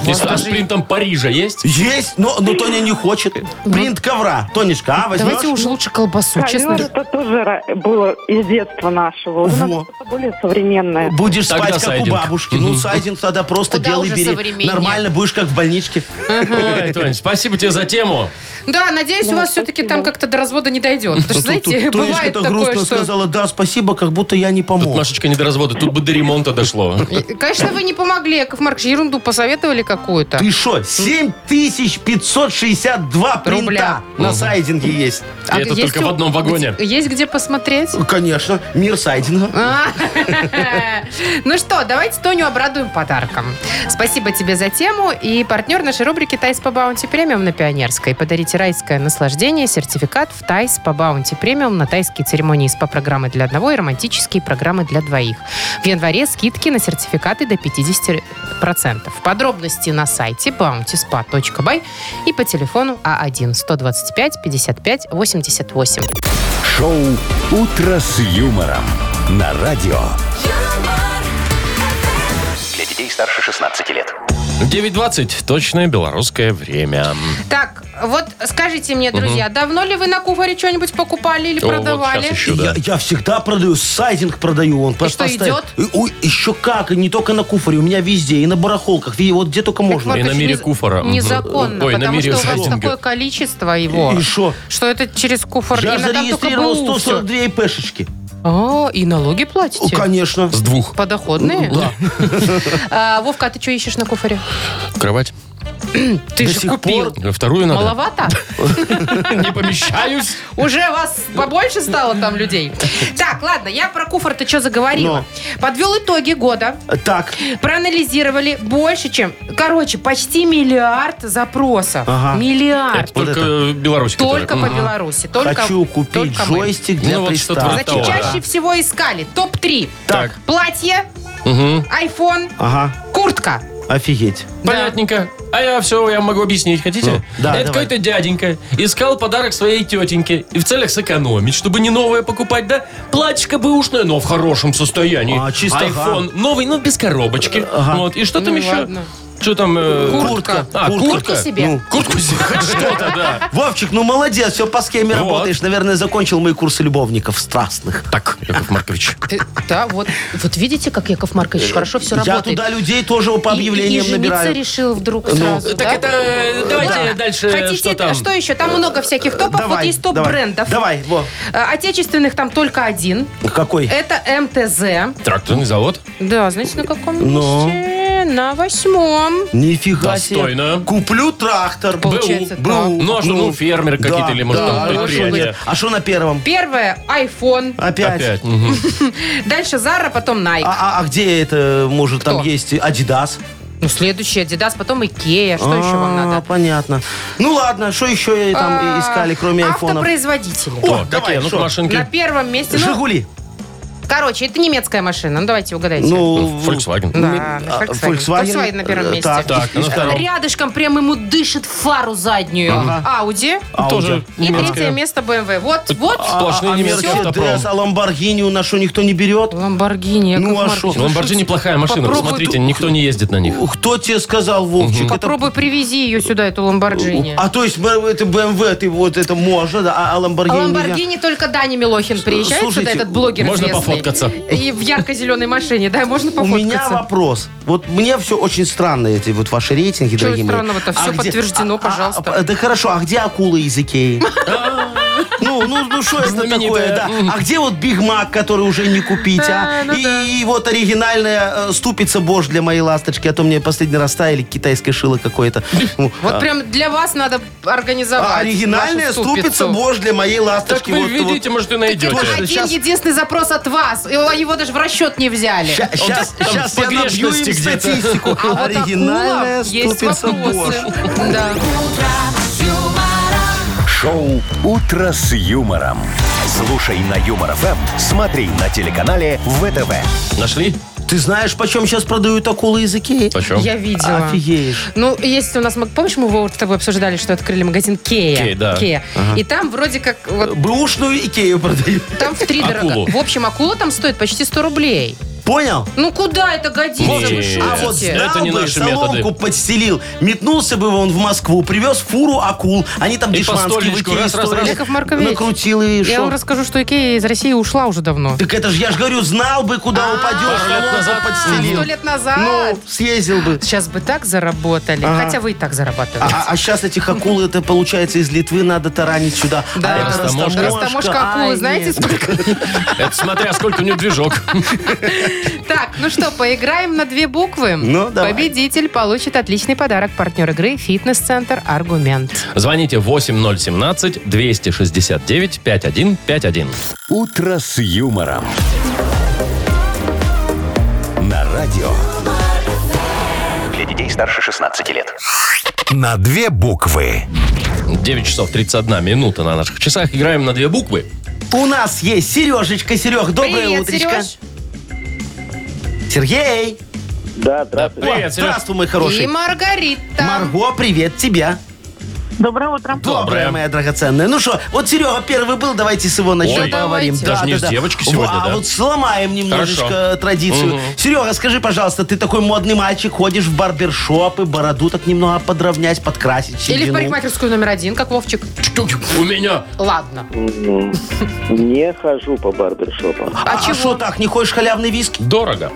S2: И с- а с принтом Парижа есть?
S4: Есть, но, но Тоня не хочет. Принт ковра. Тонечка, а возьмешь?
S3: Давайте уж лучше колбасу,
S7: Ковер
S3: честно.
S7: это тоже ра- было из детства нашего. У нас
S4: Во.
S7: что-то более современное.
S4: Будешь
S2: Тогда
S4: спать, как
S2: сайдинг.
S4: у бабушки. Ну, сайдинг тогда просто
S3: Куда
S4: белый
S3: уже
S4: бери.
S3: современнее.
S4: Нормально будешь, как в больничке.
S2: Ой, Тонь, спасибо тебе за тему.
S3: Да, надеюсь, у вас все-таки там как-то до развода не дойдет.
S2: Ну,
S3: Потому что, знаете,
S4: Тут Тонечка
S3: бывает
S4: так
S3: такое,
S4: грустно
S3: что...
S4: сказала, да, спасибо, как будто я не
S2: Тут
S4: помог.
S2: Машечка не до развода, тут бы до ремонта дошло.
S3: Конечно, вы не помогли, Яков Маркович, ерунду посоветовали какую-то.
S4: Ты что, 7562
S3: Рубля.
S4: принта на сайдинге есть.
S3: А
S2: это
S3: есть
S2: только
S3: у-
S2: в одном вагоне.
S3: где- Есть где посмотреть?
S4: Конечно, мир сайдинга.
S3: А, Ну что, давайте Тоню обрадуем подарком. Спасибо тебе за тему. И партнер нашей рубрики «Тайс по баунти премиум» на Пионерской. Подарите райское наслаждение, сертификат в «Тайс по баунти премиум» на тайские церемонии СПА-программы для одного и романтические программы для двоих. В январе скидки на сертификаты до 50%. Подробности на сайте bountyspa.by и по телефону А А1-125-55-88.
S1: Шоу «Утро с юмором» на радио.
S8: юмор,
S5: Для детей старше 16 лет.
S2: 9.20, точное белорусское время.
S3: Так, вот скажите мне, друзья, давно ли вы на кухаре что-нибудь покупали или
S2: О, вот
S3: продавали?
S2: щас еще, да.
S4: Я, я всегда продаю, сайдинг продаю. Он просто
S3: что,
S4: оставил.
S3: идет?
S4: И- Ой, еще как, и не только на куфоре, у меня везде, и на барахолках, и вот где только можно.
S2: И на
S3: Маркович,
S2: мире
S3: нез-
S2: куфора.
S3: Незаконно,
S2: Ой, на
S3: потому
S2: мире
S3: что у вас
S2: сайдинга.
S3: такое количество его,
S4: И что?
S3: что это через куфор.
S4: Я
S3: и на- там только
S4: зарегистрировал
S3: БУ всё.
S4: 142 ИПшечки.
S3: А, и налоги
S4: О,
S3: платите?
S4: Ну, Конечно. Ну,
S2: С двух.
S3: Подоходные? А, Вовка, а ты что ищешь на куфоре?
S2: Кровать.
S3: Ты
S4: До
S3: же
S4: сих
S3: купил.
S2: Вторую надо.
S3: Маловато?
S2: Не помещаюсь.
S3: Уже вас побольше стало там людей. Так, ладно, я про куфор-то что заговорила.
S4: Ну.
S3: Подвел итоги года.
S4: Так,
S3: проанализировали больше, чем, короче, почти миллиард запросов.
S4: Ага.
S3: Миллиард.
S2: Это только Беларусь.
S3: Только по
S2: которая.
S3: Беларуси. Только,
S4: хочу купить
S3: только мы.
S4: джойстик для
S2: Ну вот что-то
S4: приставки.
S2: вроде
S3: Значит,
S2: того,
S3: чаще всего искали топ-3.
S4: Так.
S3: Платье,
S2: Мгм.
S3: айфон,
S4: Ага,
S3: куртка.
S4: офигеть.
S2: Понятненько. А я все, я могу объяснить. Хотите?
S4: Ну, да,
S2: Это
S4: давай.
S2: какой-то дяденька искал подарок своей тетеньке. И в целях сэкономить, чтобы не новое покупать, да? Платьишко бэушное, но в хорошем состоянии.
S4: А, чисто,
S2: Айфон новый, но без коробочки. Вот. И что там
S3: Ну,
S2: еще?
S3: ладно.
S2: Что там? э,
S4: Куртка.
S2: А,
S4: Куртка.
S2: куртка.
S3: Куртку себе.
S4: Ну.
S2: Куртку себе. Хоть что-то, да.
S4: Вовчик, ну молодец, все по
S2: Вот.
S4: схеме работаешь. Наверное, закончил мои курсы любовников страстных.
S2: Так, Яков Маркович.
S3: Ты- Э, да, вот, вот видите, как Яков Маркович хорошо все
S4: Э, Я
S3: работает.
S4: туда людей тоже по
S3: И-
S4: объявлениям
S3: и, и жениться
S4: набираю. Ну,
S3: решил вдруг сразу,
S2: Так
S3: да?
S2: это... э, Давайте
S3: Да.
S2: дальше,
S3: Хотите,
S2: что там?
S3: еще? Там много всяких топов. вот
S4: Давай,
S3: есть топ
S4: давай.
S3: брендов.
S4: Давай, во.
S3: Э, Отечественных там только один.
S4: Какой?
S3: Это МТЗ.
S2: Тракторный завод.
S3: Да, знаете, на каком
S4: Ну?
S3: месте? На восьмом.
S4: Нифига
S2: Достойно.
S4: себе. Куплю трактор.
S3: Получается
S4: БУ,
S3: так.
S4: БУ.
S2: Нож, ну, фермер какие-то или, может, там,
S4: может
S2: предприятия.
S4: быть. А что на первом?
S3: Первое – iPhone.
S4: Опять.
S2: Опять. мгм.
S3: Дальше Zara, потом Nike.
S4: А, а- а где это, может, там
S3: Кто?
S4: есть Adidas?
S3: Ну, следующий Adidas, потом Ikea. Что еще вам
S4: А,
S3: надо? А,
S4: понятно. Ну ладно, что еще и там и искали, кроме айфонов?
S3: Автопроизводители.
S4: О,
S2: Так,
S4: давай,
S2: какие? ну, Ну-ка,
S4: шо?
S3: На
S2: машинки.
S3: первом месте. ну,
S4: Жигули.
S3: короче, это немецкая машина. Ну, давайте угадайте.
S4: Ну,
S2: Volkswagen.
S3: да, на
S4: а,
S3: Volkswagen.
S4: Volkswagen.
S3: Volkswagen на первом
S4: Э,
S3: месте.
S4: так.
S2: Так, ну, на втором.
S3: Рядышком прям ему дышит фару заднюю. Ауди.
S4: Audi.
S2: Тоже
S3: И третье
S2: немецкая.
S3: место BMW. Вот, вот.
S2: Сплошные
S4: А
S2: немецкие автопром.
S4: Мерседес, а Ламборгини у нас что, никто не берет?
S3: Ламборгини. Яков
S4: Ну, а
S3: Маркович,
S4: шо?
S3: ну,
S2: Ламборджини плохая машина,
S4: Попробуй
S2: посмотрите,
S4: ту-
S2: никто не ездит на них.
S4: Кто тебе сказал, Вовчик? Это-
S3: Попробуй привези ее сюда, эту Ламборджини.
S4: А то есть бэ- это BMW, ты вот это можно, да, а- а
S3: А
S4: Ламборгини нельзя?
S3: Ламборгини только Дани Милохин приезжает
S4: слушайте,
S3: сюда, этот блогер
S2: можно
S3: известный.
S2: пофоткаться.
S3: И в ярко-зеленой машине, да, можно
S4: У
S3: пофоткаться.
S4: меня вопрос. Вот мне все очень странно, эти вот ваши рейтинги,
S3: Чего
S4: дорогие мои.
S3: странного-то? Всё подтверждено,
S4: а- а-
S3: пожалуйста.
S4: а, да хорошо, а где акула из Икеи? Ну, Ну, ну, ну что это
S2: Знаменитая.
S4: такое, да? А где вот Биг Мак, который уже не купить, а?
S3: ну да.
S4: И вот оригинальная э, ступица Бош для моей ласточки, а то мне последний раз ставили китайское шило какое-то. Ну,
S3: Вот прям для вас надо организовать.
S4: а Оригинальная
S3: нашу
S4: ступица Бош для моей
S2: Так
S4: ласточки.
S2: вы
S4: Вот- вот.
S2: видите, может, и
S4: Тоже
S2: найдете.
S3: Один
S4: щас-
S3: единственный запрос от вас. Его, его даже в расчет не взяли.
S4: Ща- Сейчас,
S2: там
S4: сейчас я набью им
S2: погрешности где-то.
S4: статистику.
S3: А вот
S4: Оригинальная
S3: акула есть
S4: ступица Бош.
S3: вопросы. Да.
S1: Шоу «Утро с юмором». Слушай на Юмор ФМ, смотри на телеканале ВТВ.
S2: Нашли?
S4: Ты знаешь, почем сейчас продают акулы из Икеи?
S2: Почем?
S3: Я видела.
S4: Офигеешь.
S3: Ну, есть у нас, мы- помнишь, мы Вова, с тобой обсуждали, что открыли магазин Кея?
S2: Кея, да. Э,
S3: Кея. И там вроде как, вот,
S4: Бэушную Икею продают.
S3: там в три
S2: Акулу.
S3: дорого. В общем, акула там стоит почти 100 рублей.
S4: Понял?
S3: Ну, куда это годится? Вы
S2: Не,
S3: шутите?
S4: А вот
S2: Это
S4: знал
S2: не
S4: бы,
S2: наши
S4: соломку
S2: методы.
S4: подстелил, метнулся бы он в Москву, привез фуру акул, они там
S2: И по
S4: дешманские в
S2: столечку,
S4: Икее
S2: раз, раз,
S4: стоили.
S2: раз.
S3: Яков Маркович,
S4: Накрутил и
S3: я
S4: шо?
S3: вам расскажу, что Икея из России ушла уже давно.
S4: Так это же, я же говорю, знал бы,
S3: А,
S4: куда упадешь,
S2: пару лет
S4: соломку
S2: назад.
S3: Сто
S4: подстелил.
S3: лет назад.
S4: Ну, съездил бы.
S3: Сейчас бы так заработали.
S4: Ага.
S3: Хотя вы и так зарабатываете.
S4: А, сейчас этих акул, это получается, из Литвы надо таранить сюда.
S3: Да.
S4: а это
S2: Растаможка.
S3: Растаможка акулы,
S4: Ай,
S3: знаете,
S4: нет.
S3: сколько?
S2: Это смотря сколько у него движок.
S3: Так, ну что, поиграем на две буквы?
S4: Ну, давай.
S3: Победитель получит отличный подарок. Партнер игры «Фитнес-центр Аргумент».
S2: Звоните 8017-269-5151.
S1: «Утро с юмором». На радио.
S5: Для детей старше 16 лет.
S1: На две буквы.
S2: 9 часов 31 минута на наших часах. Играем на две буквы.
S4: У нас есть Сережечка. Серег, доброе
S3: Привет,
S4: утречко.
S3: Сереж.
S4: Сергей.
S6: Да, здравствуйте.
S4: О,
S2: Привет, Сереж.
S4: Здравствуй, мой хороший.
S3: И Маргарита.
S4: Марго, привет тебя.
S7: Доброе утро.
S2: Доброе.
S4: Доброе, моя драгоценная. Ну что, вот Серега первый был, давайте с его начнем
S2: Ой,
S4: поговорим.
S3: давайте.
S2: Даже не с девочки
S4: Во,
S2: сегодня,
S4: а
S2: да?
S4: вот сломаем немножечко э,
S2: Хорошо.
S4: традицию.
S2: Мгм.
S4: Серега, скажи, пожалуйста, ты такой модный мальчик, ходишь в барбершоп и бороду так немного подровнять, подкрасить
S3: Или в
S4: седину.
S3: парикмахерскую номер один, как Вовчик.
S2: Что У меня.
S3: Ладно.
S6: Ну, Не хожу по барбершопам.
S4: А
S3: чего?
S4: что так, не хочешь халявный виски?
S2: Дорого.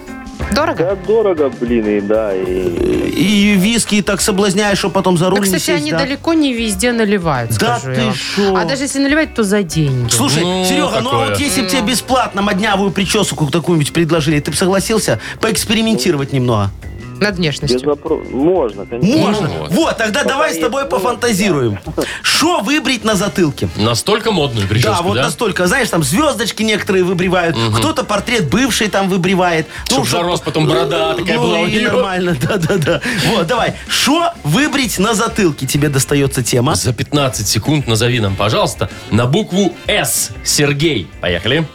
S3: Дорого?
S6: Да дорого, блин, и да, и...
S4: И виски так соблазняешь, что потом за руль
S3: Да,
S4: не
S3: кстати,
S4: сесть,
S3: они
S4: да?
S3: далеко не везде наливают,
S4: Да
S3: скажу я
S4: ты
S3: вам.
S4: шо?
S3: А даже если наливать, то за деньги.
S4: Слушай,
S2: Ну,
S4: Серега, ну а
S2: такое.
S4: вот если бы тебе бесплатно моднявую прическу какую-нибудь предложили, ты бы согласился поэкспериментировать немного?
S3: Над
S6: Без
S3: внешностью.
S6: вопросов. Можно, конечно.
S4: Можно.
S2: вот.
S4: вот. тогда давай с тобой пофантазируем. Что выбрить на затылке?
S2: Настолько модную прическу,
S4: да, вот настолько. Знаешь, там звездочки некоторые выбривают, кто-то портрет бывший там выбривает.
S2: Чтоб зарос потом борода такая
S4: ну,
S2: была у
S4: и
S2: нее.
S4: нормально, да-да-да. Вот, давай. Что выбрить на затылке? Тебе достается тема.
S2: За 15 секунд назови нам, пожалуйста, на букву «С». Сергей. Поехали.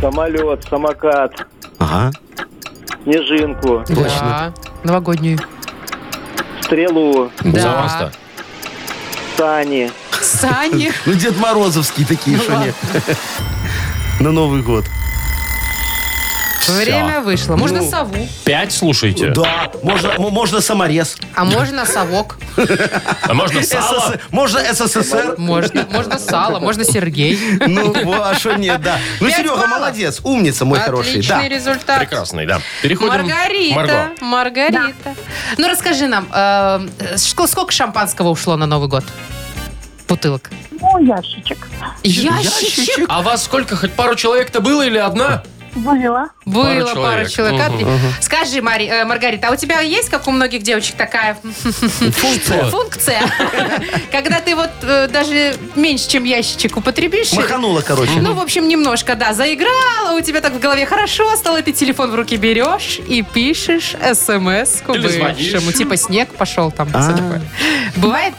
S6: Самолет, самокат,
S4: Ага.
S6: снежинку,
S3: Да. Новогоднюю.
S6: стрелу,
S2: Запросто.
S6: сани.
S3: Сани.
S4: Ну, Дед Морозовский такие,
S2: Ну
S4: что не. На Новый год.
S3: Время вышло. Можно
S4: Ну.
S3: сову,
S2: Пять слушайте.
S4: Да, можно, м- можно саморез.
S3: а можно совок.
S2: А можно сало?
S4: СССР. Можно СССР.
S3: Можно, можно сало, можно Сергей.
S4: Ну, во, а что нет, да. Ну,
S3: Пять
S4: Серега,
S3: баллов.
S4: молодец, умница, мой хороший. Да.
S3: Отличный результат.
S2: Прекрасный, да. Переходим
S3: Маргарита,
S2: к Марго.
S3: Маргарита. Ну расскажи нам, э, ск- сколько шампанского ушло на Новый год? Бутылок.
S7: Ну, ящичек.
S4: Ящичек.
S2: А вас сколько? Хоть пару человек-то было или одна?
S7: Вывела.
S3: Было
S2: человек.
S3: пару человек.
S2: Мгм.
S3: Отли- Скажи, Мари- э, Маргарита, а у тебя есть, как у многих девочек, такая
S4: Функция.
S3: функция, когда ты вот э, даже меньше, чем ящичек употребишь?
S4: Маханула, короче.
S3: Ну, в общем, немножко, да, заиграла, у тебя так в голове хорошо стало, ты телефон в руки берешь и пишешь смс
S2: Или звонишь.
S3: бывшему. Типа снег пошел там, всё
S4: А.
S3: такое. Бывает?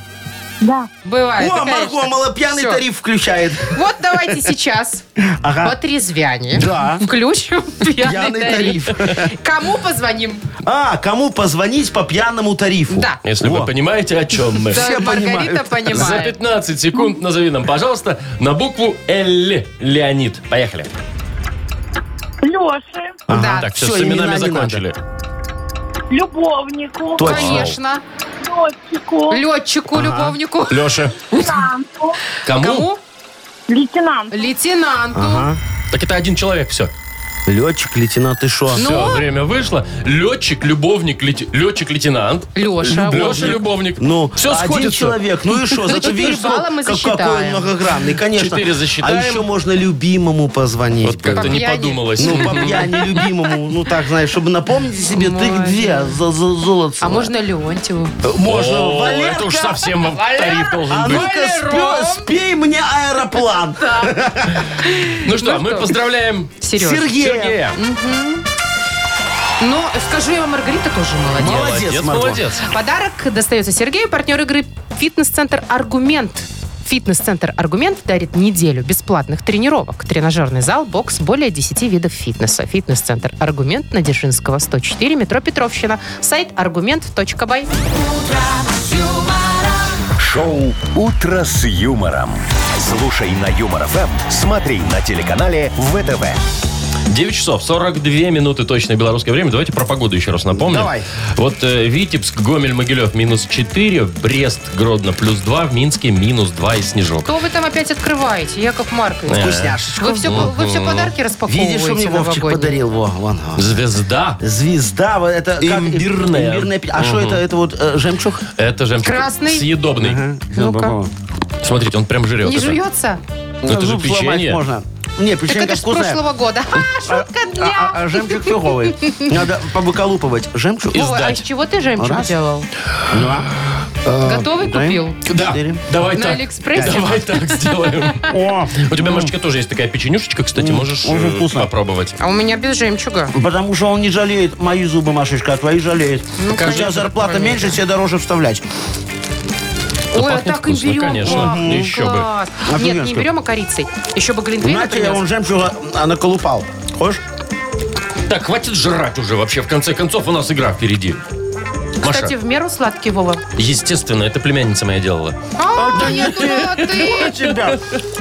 S7: Да.
S3: Бывает. да,
S4: О,
S3: конечно.
S4: Марго, малопьяный
S3: Всё.
S4: тариф включает.
S3: Вот давайте сейчас
S4: Ага.
S3: потрезвяние.
S4: Да.
S3: Включим пьяный
S4: Пьяный
S3: тариф.
S4: тариф.
S3: Кому позвоним?
S4: А, кому позвонить по пьяному тарифу?
S3: Да.
S2: Если вы
S4: Во.
S2: понимаете, о чем мы.
S3: Да,
S4: Все
S3: Маргарита
S4: понимают.
S2: За
S3: понимает.
S2: 15 секунд назови нам, пожалуйста, на букву «Л». Леонид. Поехали.
S7: Леше,
S3: Да.
S2: Так, все,
S4: всё,
S2: с именами
S4: имена не
S2: закончили.
S7: любовнику,
S4: Точно.
S3: Конечно.
S7: летчику,
S3: Летчику, любовнику.
S2: Леша.
S7: лейтенанту,
S2: Кому?
S3: Кому?
S7: лейтенанту,
S3: Лейтенанту.
S4: Ага.
S2: Так это один человек, все.
S4: Летчик, лейтенант, ты шо?
S3: Ну,
S2: Все, время вышло. Летчик, любовник, летчик-лейтенант.
S3: Леша,
S2: Леша, любовник.
S4: Ну,
S2: все
S4: один
S2: сходится.
S4: человек. Ну и что?
S3: Ну,
S4: Зато
S3: четыре
S4: видишь, ну,
S3: балла мы
S4: как- какой он
S3: засчитаем.
S4: многогранный, конечно.
S2: Четыре засчитаем.
S4: А еще можно любимому позвонить.
S2: Вот как-то не
S3: пьяни.
S2: подумалось.
S4: Ну, по пьяни любимому, ну так, знаешь, чтобы напомнить себе, ты
S3: Ой.
S4: где, за- за- золотцева?
S3: А можно Леонтьеву?
S4: Можно,
S2: О,
S4: Валерка?
S2: это уж совсем тариф должен
S4: А
S2: быть.
S4: ну-ка, спё- спей мне аэроплан.
S2: Ну что, мы поздравляем
S3: Сереж.
S4: Сергей.
S2: Сергея.
S3: Ну, скажу я вам, Маргарита тоже молодец.
S2: Молодец,
S4: Молодец, Марго.
S2: молодец.
S3: Подарок достается Сергею, партнер игры «Фитнес-центр Аргумент». Фитнес-центр «Аргумент» дарит неделю бесплатных тренировок. Тренажерный зал, бокс, более 10 видов фитнеса. Фитнес-центр «Аргумент» на Дешинского, 104, метро Петровщина. Сайт аргумент.бай.
S1: Шоу «Утро с юмором». Слушай на Юмор ФМ, смотри на телеканале ВТВ.
S2: 9 часов 42 минуты точное белорусское время. Давайте про погоду еще раз напомним.
S4: Давай.
S2: Вот э, Витебск, Гомель, Могилев минус 4, Брест, Гродно плюс 2, в Минске минус 2 и снежок.
S3: Что вы там опять открываете, Яков Маркович?
S4: Вкусняшечка.
S3: Вы все, вы
S2: ну,
S3: все подарки распаковываете
S4: Видишь, что мне Вовчик
S3: новогодние?
S4: подарил? Во, вон, вон.
S2: Звезда.
S4: Звезда, вот это как-
S2: Имбирная.
S4: имбирная пи- А что это? Это вот э, жемчуг?
S2: Это же
S3: Красный?
S2: съедобный.
S3: Ну-ка.
S2: Смотрите, он прям жрет.
S3: Не
S2: это.
S3: жуется?
S2: Ну, Это же
S4: Зуб сломать
S2: печенье.
S4: можно. Не,
S3: Так
S4: печенье
S3: это ж с
S4: вкусное.
S3: прошлого года. А, шутка
S4: А, а-
S3: дня!
S4: а жемчуг фиговый. Надо повыколупывать. Жемчуг?
S2: И
S3: Ой, а
S2: сдать.
S3: из чего ты жемчуг
S4: Раз. Ну, а?
S3: делал?
S4: Два.
S3: Готовый
S4: да.
S3: купил?
S2: Да,
S4: Четыре.
S2: давай
S3: На
S2: так.
S3: Алиэкспрессе?
S2: Э, Давай так сделаем. У тебя, Машечка, тоже есть такая печенюшечка, кстати, можешь
S4: очень
S2: э,
S4: вкусно.
S2: попробовать.
S3: А у меня без жемчуга.
S4: Потому что он не жалеет мои зубы, Машечка, а твои жалеет. У
S2: конечно,
S4: тебя зарплата
S3: Ну, конечно.
S4: меньше, тебе дороже вставлять.
S2: Ну,
S3: Ой, а
S2: пахнет
S3: так
S2: вкусно,
S3: имбирем
S2: конечно.
S3: пахнет.
S2: Ну, еще бы.
S3: Класс. Нет, не
S4: Офигенская.
S3: имбирем, а корицей. Еще бы глинтвейна
S4: Знаете, я
S3: принес.
S4: вон жемчуга а, наколупал. Хочешь?
S2: Так, хватит жрать уже вообще. В конце концов, у нас игра впереди.
S3: Кстати,
S2: Маша,
S3: в меру сладкий, Вова.
S2: естественно, это племянница моя делала.
S3: А, я думала,
S4: У
S3: ты...
S4: тебя.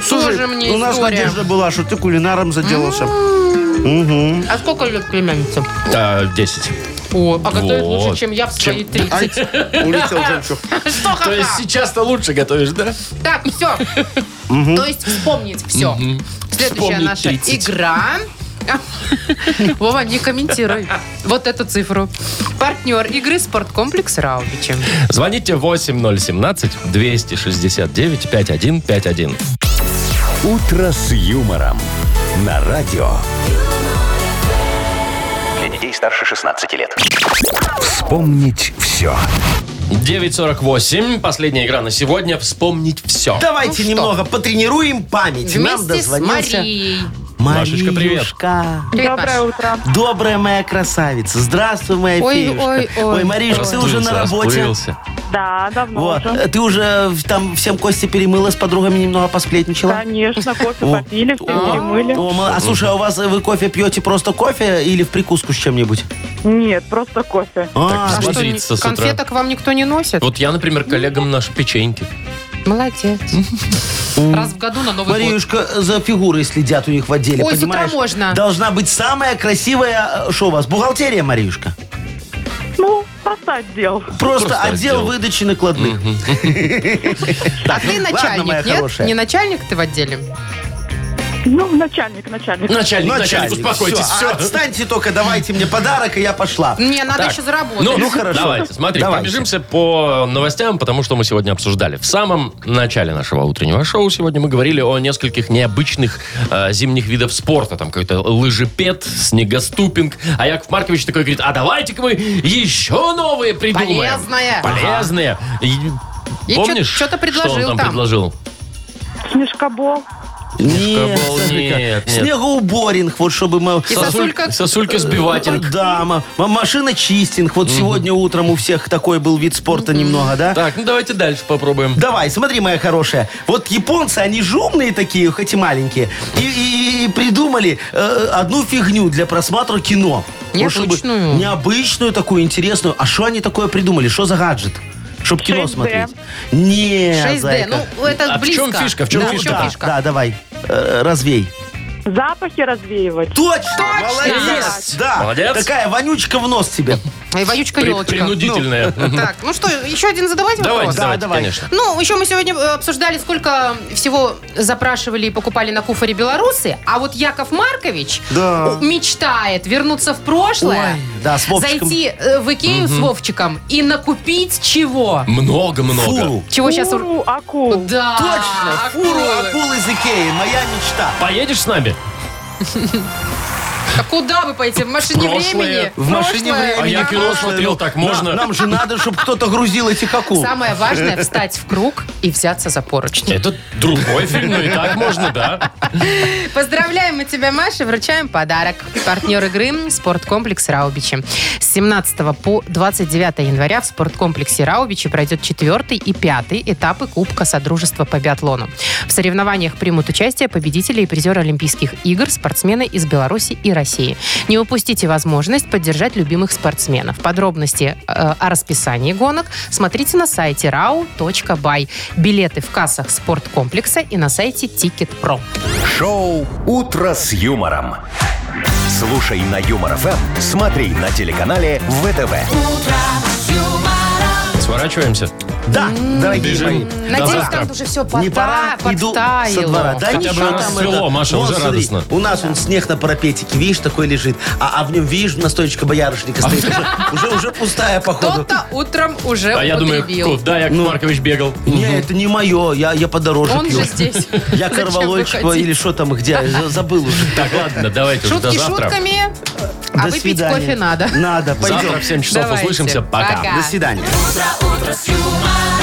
S3: Тоже мне
S4: у нас
S3: история. Ну,
S4: надежда была, что ты кулинаром заделался.
S3: А сколько лет племянница?
S2: А, 10.
S3: О, а готовит
S2: Вот.
S3: лучше, чем я в свои 30.
S4: Улетел жемчуг.
S3: Что,
S2: То есть
S3: ха-ха.
S2: сейчас-то лучше готовишь, да?
S3: Так, все. То есть вспомнить все. Следующая
S2: Вспомнить
S3: наша
S2: 30.
S3: игра. Вова, не комментируй. Вот эту цифру. Партнер игры «Спорткомплекс Раубичи».
S2: Звоните 8017-269-5151.
S1: «Утро с юмором» на радио.
S5: Для детей старше 16 лет.
S1: Вспомнить все.
S2: 948. Последняя игра на сегодня. Вспомнить все.
S4: Давайте
S3: Ну что?
S4: немного потренируем память. Нам
S3: Вместе с
S4: дозвонился.
S3: Марией.
S2: Машечка, привет.
S4: Маришка.
S3: Привет,
S7: Доброе
S3: Маш.
S7: утро.
S4: Добрая моя красавица. Здравствуй, моя
S3: Ой,
S4: феюшка.
S3: ой, ой.
S4: Маришка, ты уже на
S2: Расплылся,
S4: работе.
S2: расплылся.
S7: Да, давно
S4: Вот. Э,
S7: уже.
S4: Ты уже в- там всем кости перемыла, с подругами немного посплетничала?
S7: Конечно, кофе
S4: О.
S7: попили, все
S4: О,
S7: перемыли.
S4: о, мало- а слушай, а у вас э, вы кофе пьете просто кофе или в прикуску с чем-нибудь?
S7: Нет, просто кофе.
S4: А,
S3: А что,
S2: Взбодриться
S3: ни-
S2: с утра.
S3: конфеток вам никто не носит?
S2: Вот я, например, коллегам наши печеньки.
S3: Молодец. Раз в году на Новый год.
S4: Мариюшка, э, за фигурой следят у них в отделе,
S3: Ой, с утра
S4: понимаешь?
S3: можно.
S4: Должна быть самая красивая, э, что у вас, бухгалтерия, Мариюшка?
S7: Ну, поставь дел.
S4: Просто,
S2: Просто
S4: отдел,
S2: отдел.
S4: выдачи накладных.
S3: А
S2: Ну,
S3: ты
S4: ладно,
S3: начальник,
S4: моя
S3: нет?
S4: хорошая.
S3: Не начальник ты в отделе?
S7: Ну, начальник, начальник.
S2: Начальник, начальник,
S4: Начальник,
S2: успокойтесь.
S4: всё,
S2: всё.
S4: а отстаньте только, давайте мне подарок, и я пошла.
S3: Не, надо еще заработать.
S2: Ну,
S4: Ну, хорошо.
S2: Давайте, смотри,
S4: Давайте.
S2: пробежимся по новостям, потому что мы сегодня обсуждали. В самом начале нашего утреннего шоу сегодня мы говорили о нескольких необычных э, зимних видов спорта. Там какой-то лыжепед, снегоступинг. А Яков Маркович такой говорит, а давайте-ка мы еще новые придумаем.
S3: Полезное.
S2: Полезные. И-
S3: И
S2: Помнишь,
S3: чё- чё-то предложил
S2: что он там,
S3: там?
S2: предложил?
S7: Снежкобол.
S4: Нет,
S2: Шкабол,
S4: Сашенька,
S2: нет, нет.
S4: снегоуборинг, вот чтобы мы...
S3: И сосулька?
S2: Сосулька сбиватинг.
S4: Да, ма- ма- машина чистинг. Вот сегодня утром у всех такой был вид спорта немного, да?
S2: Так, ну давайте дальше попробуем.
S4: Давай, смотри, моя хорошая. Вот японцы, они же умные такие, хоть и маленькие, и, и- и придумали э, одну фигню для просмотра кино. Вот чтобы-
S3: Необычную.
S4: необычную такую, интересную. А что они такое придумали? Что за гаджет? Чтоб кино
S7: 6D.
S4: смотреть. Не,
S3: 6D.
S4: зайка.
S3: Ну, это
S2: А в
S3: близко.
S2: чем фишка, в чем
S3: Да,
S2: фишка?
S4: да, да, давай, э, развей.
S7: Запахи развеивать.
S4: Точно! Молодец!
S2: Есть!
S4: Да,
S2: Молодец.
S4: такая вонючка в нос тебе.
S3: Ай, Воючка
S2: При-
S3: елочка.
S2: принудительная.
S3: Ну, так, ну что, еще один задавать
S2: Давайте,
S3: вопрос?
S2: давайте,
S4: давай.
S2: конечно.
S3: Ну, еще мы сегодня э, обсуждали, сколько всего запрашивали и покупали на куфоре белорусы, а вот Яков Маркович
S4: Да.
S3: у- мечтает вернуться в прошлое,
S4: Ой, да, с Вовчиком.
S3: зайти э, в Икею с Вовчиком и накупить чего?
S2: Много-много.
S4: Фуру.
S3: Чего Ну, сейчас...
S7: Фуру Ну, акул.
S3: Да, а
S4: Точно, фуру
S3: акулы.
S4: акул из Икеи. Моя мечта.
S2: Поедешь с нами?
S3: А куда вы пойдете? В машине
S2: Прошлое.
S3: времени?
S4: В машине
S3: Прошлое.
S4: времени.
S2: А я кино смотрел, так
S4: На-
S2: можно?
S4: Нам же надо, чтобы кто-то грузил этих акул.
S3: Самое важное – встать в круг и взяться за поручни.
S2: Это другой фильм, но и так можно, да.
S3: Поздравляем мы тебя, Маша, вручаем подарок. Партнер игры – спорткомплекс «Раубичи». С 17 по 29 января в спорткомплексе «Раубичи» пройдет четвертый и пятый этапы Кубка Содружества по биатлону. В соревнованиях примут участие победители и призеры Олимпийских игр, спортсмены из Беларуси и России. Не упустите возможность поддержать любимых спортсменов. Подробности э, о расписании гонок смотрите на сайте rau.by. Билеты в кассах спорткомплекса и на сайте Ticket.pro.
S1: Шоу «Утро с юмором». Слушай на Юмор ФМ, смотри на телеканале ВТВ.
S2: Сворачиваемся.
S4: Да, дорогие
S2: Бежим.
S4: мои.
S2: До
S3: Надеюсь,
S2: завтра.
S3: там уже все
S4: Не пора,
S3: пота,
S4: иду со двора.
S3: подтаяло.
S4: Да
S2: Хотя бы
S4: ничего
S2: нас
S4: там
S2: свело,
S4: это.
S2: Маша,
S4: Вон,
S2: уже
S4: смотри,
S2: радостно.
S4: У нас он снег на парапетике, видишь, такой лежит. А, а в нем, видишь, настойчика боярышника стоит. Уже, уже пустая, походу.
S3: Кто-то утром уже
S2: А я думаю,
S3: употребил.
S2: куда Яков
S4: Ну.
S2: Маркович бегал?
S4: Не, это не мое, я, я подороже
S3: Он
S4: пью.
S3: же здесь.
S4: Я
S3: Зачем
S4: Корвалольчик
S3: выходить?
S4: или что там, где, я забыл уже.
S2: Так, ладно, давайте уже до
S3: Шутки
S2: завтра.
S3: шутками, а
S4: До
S3: выпить
S4: свидания.
S3: кофе надо.
S4: Надо, пойдем.
S2: Завтра в 7 часов
S3: Давайте.
S2: услышимся. Пока.
S3: Пока.
S4: До свидания.
S8: Утро, утро с юмором.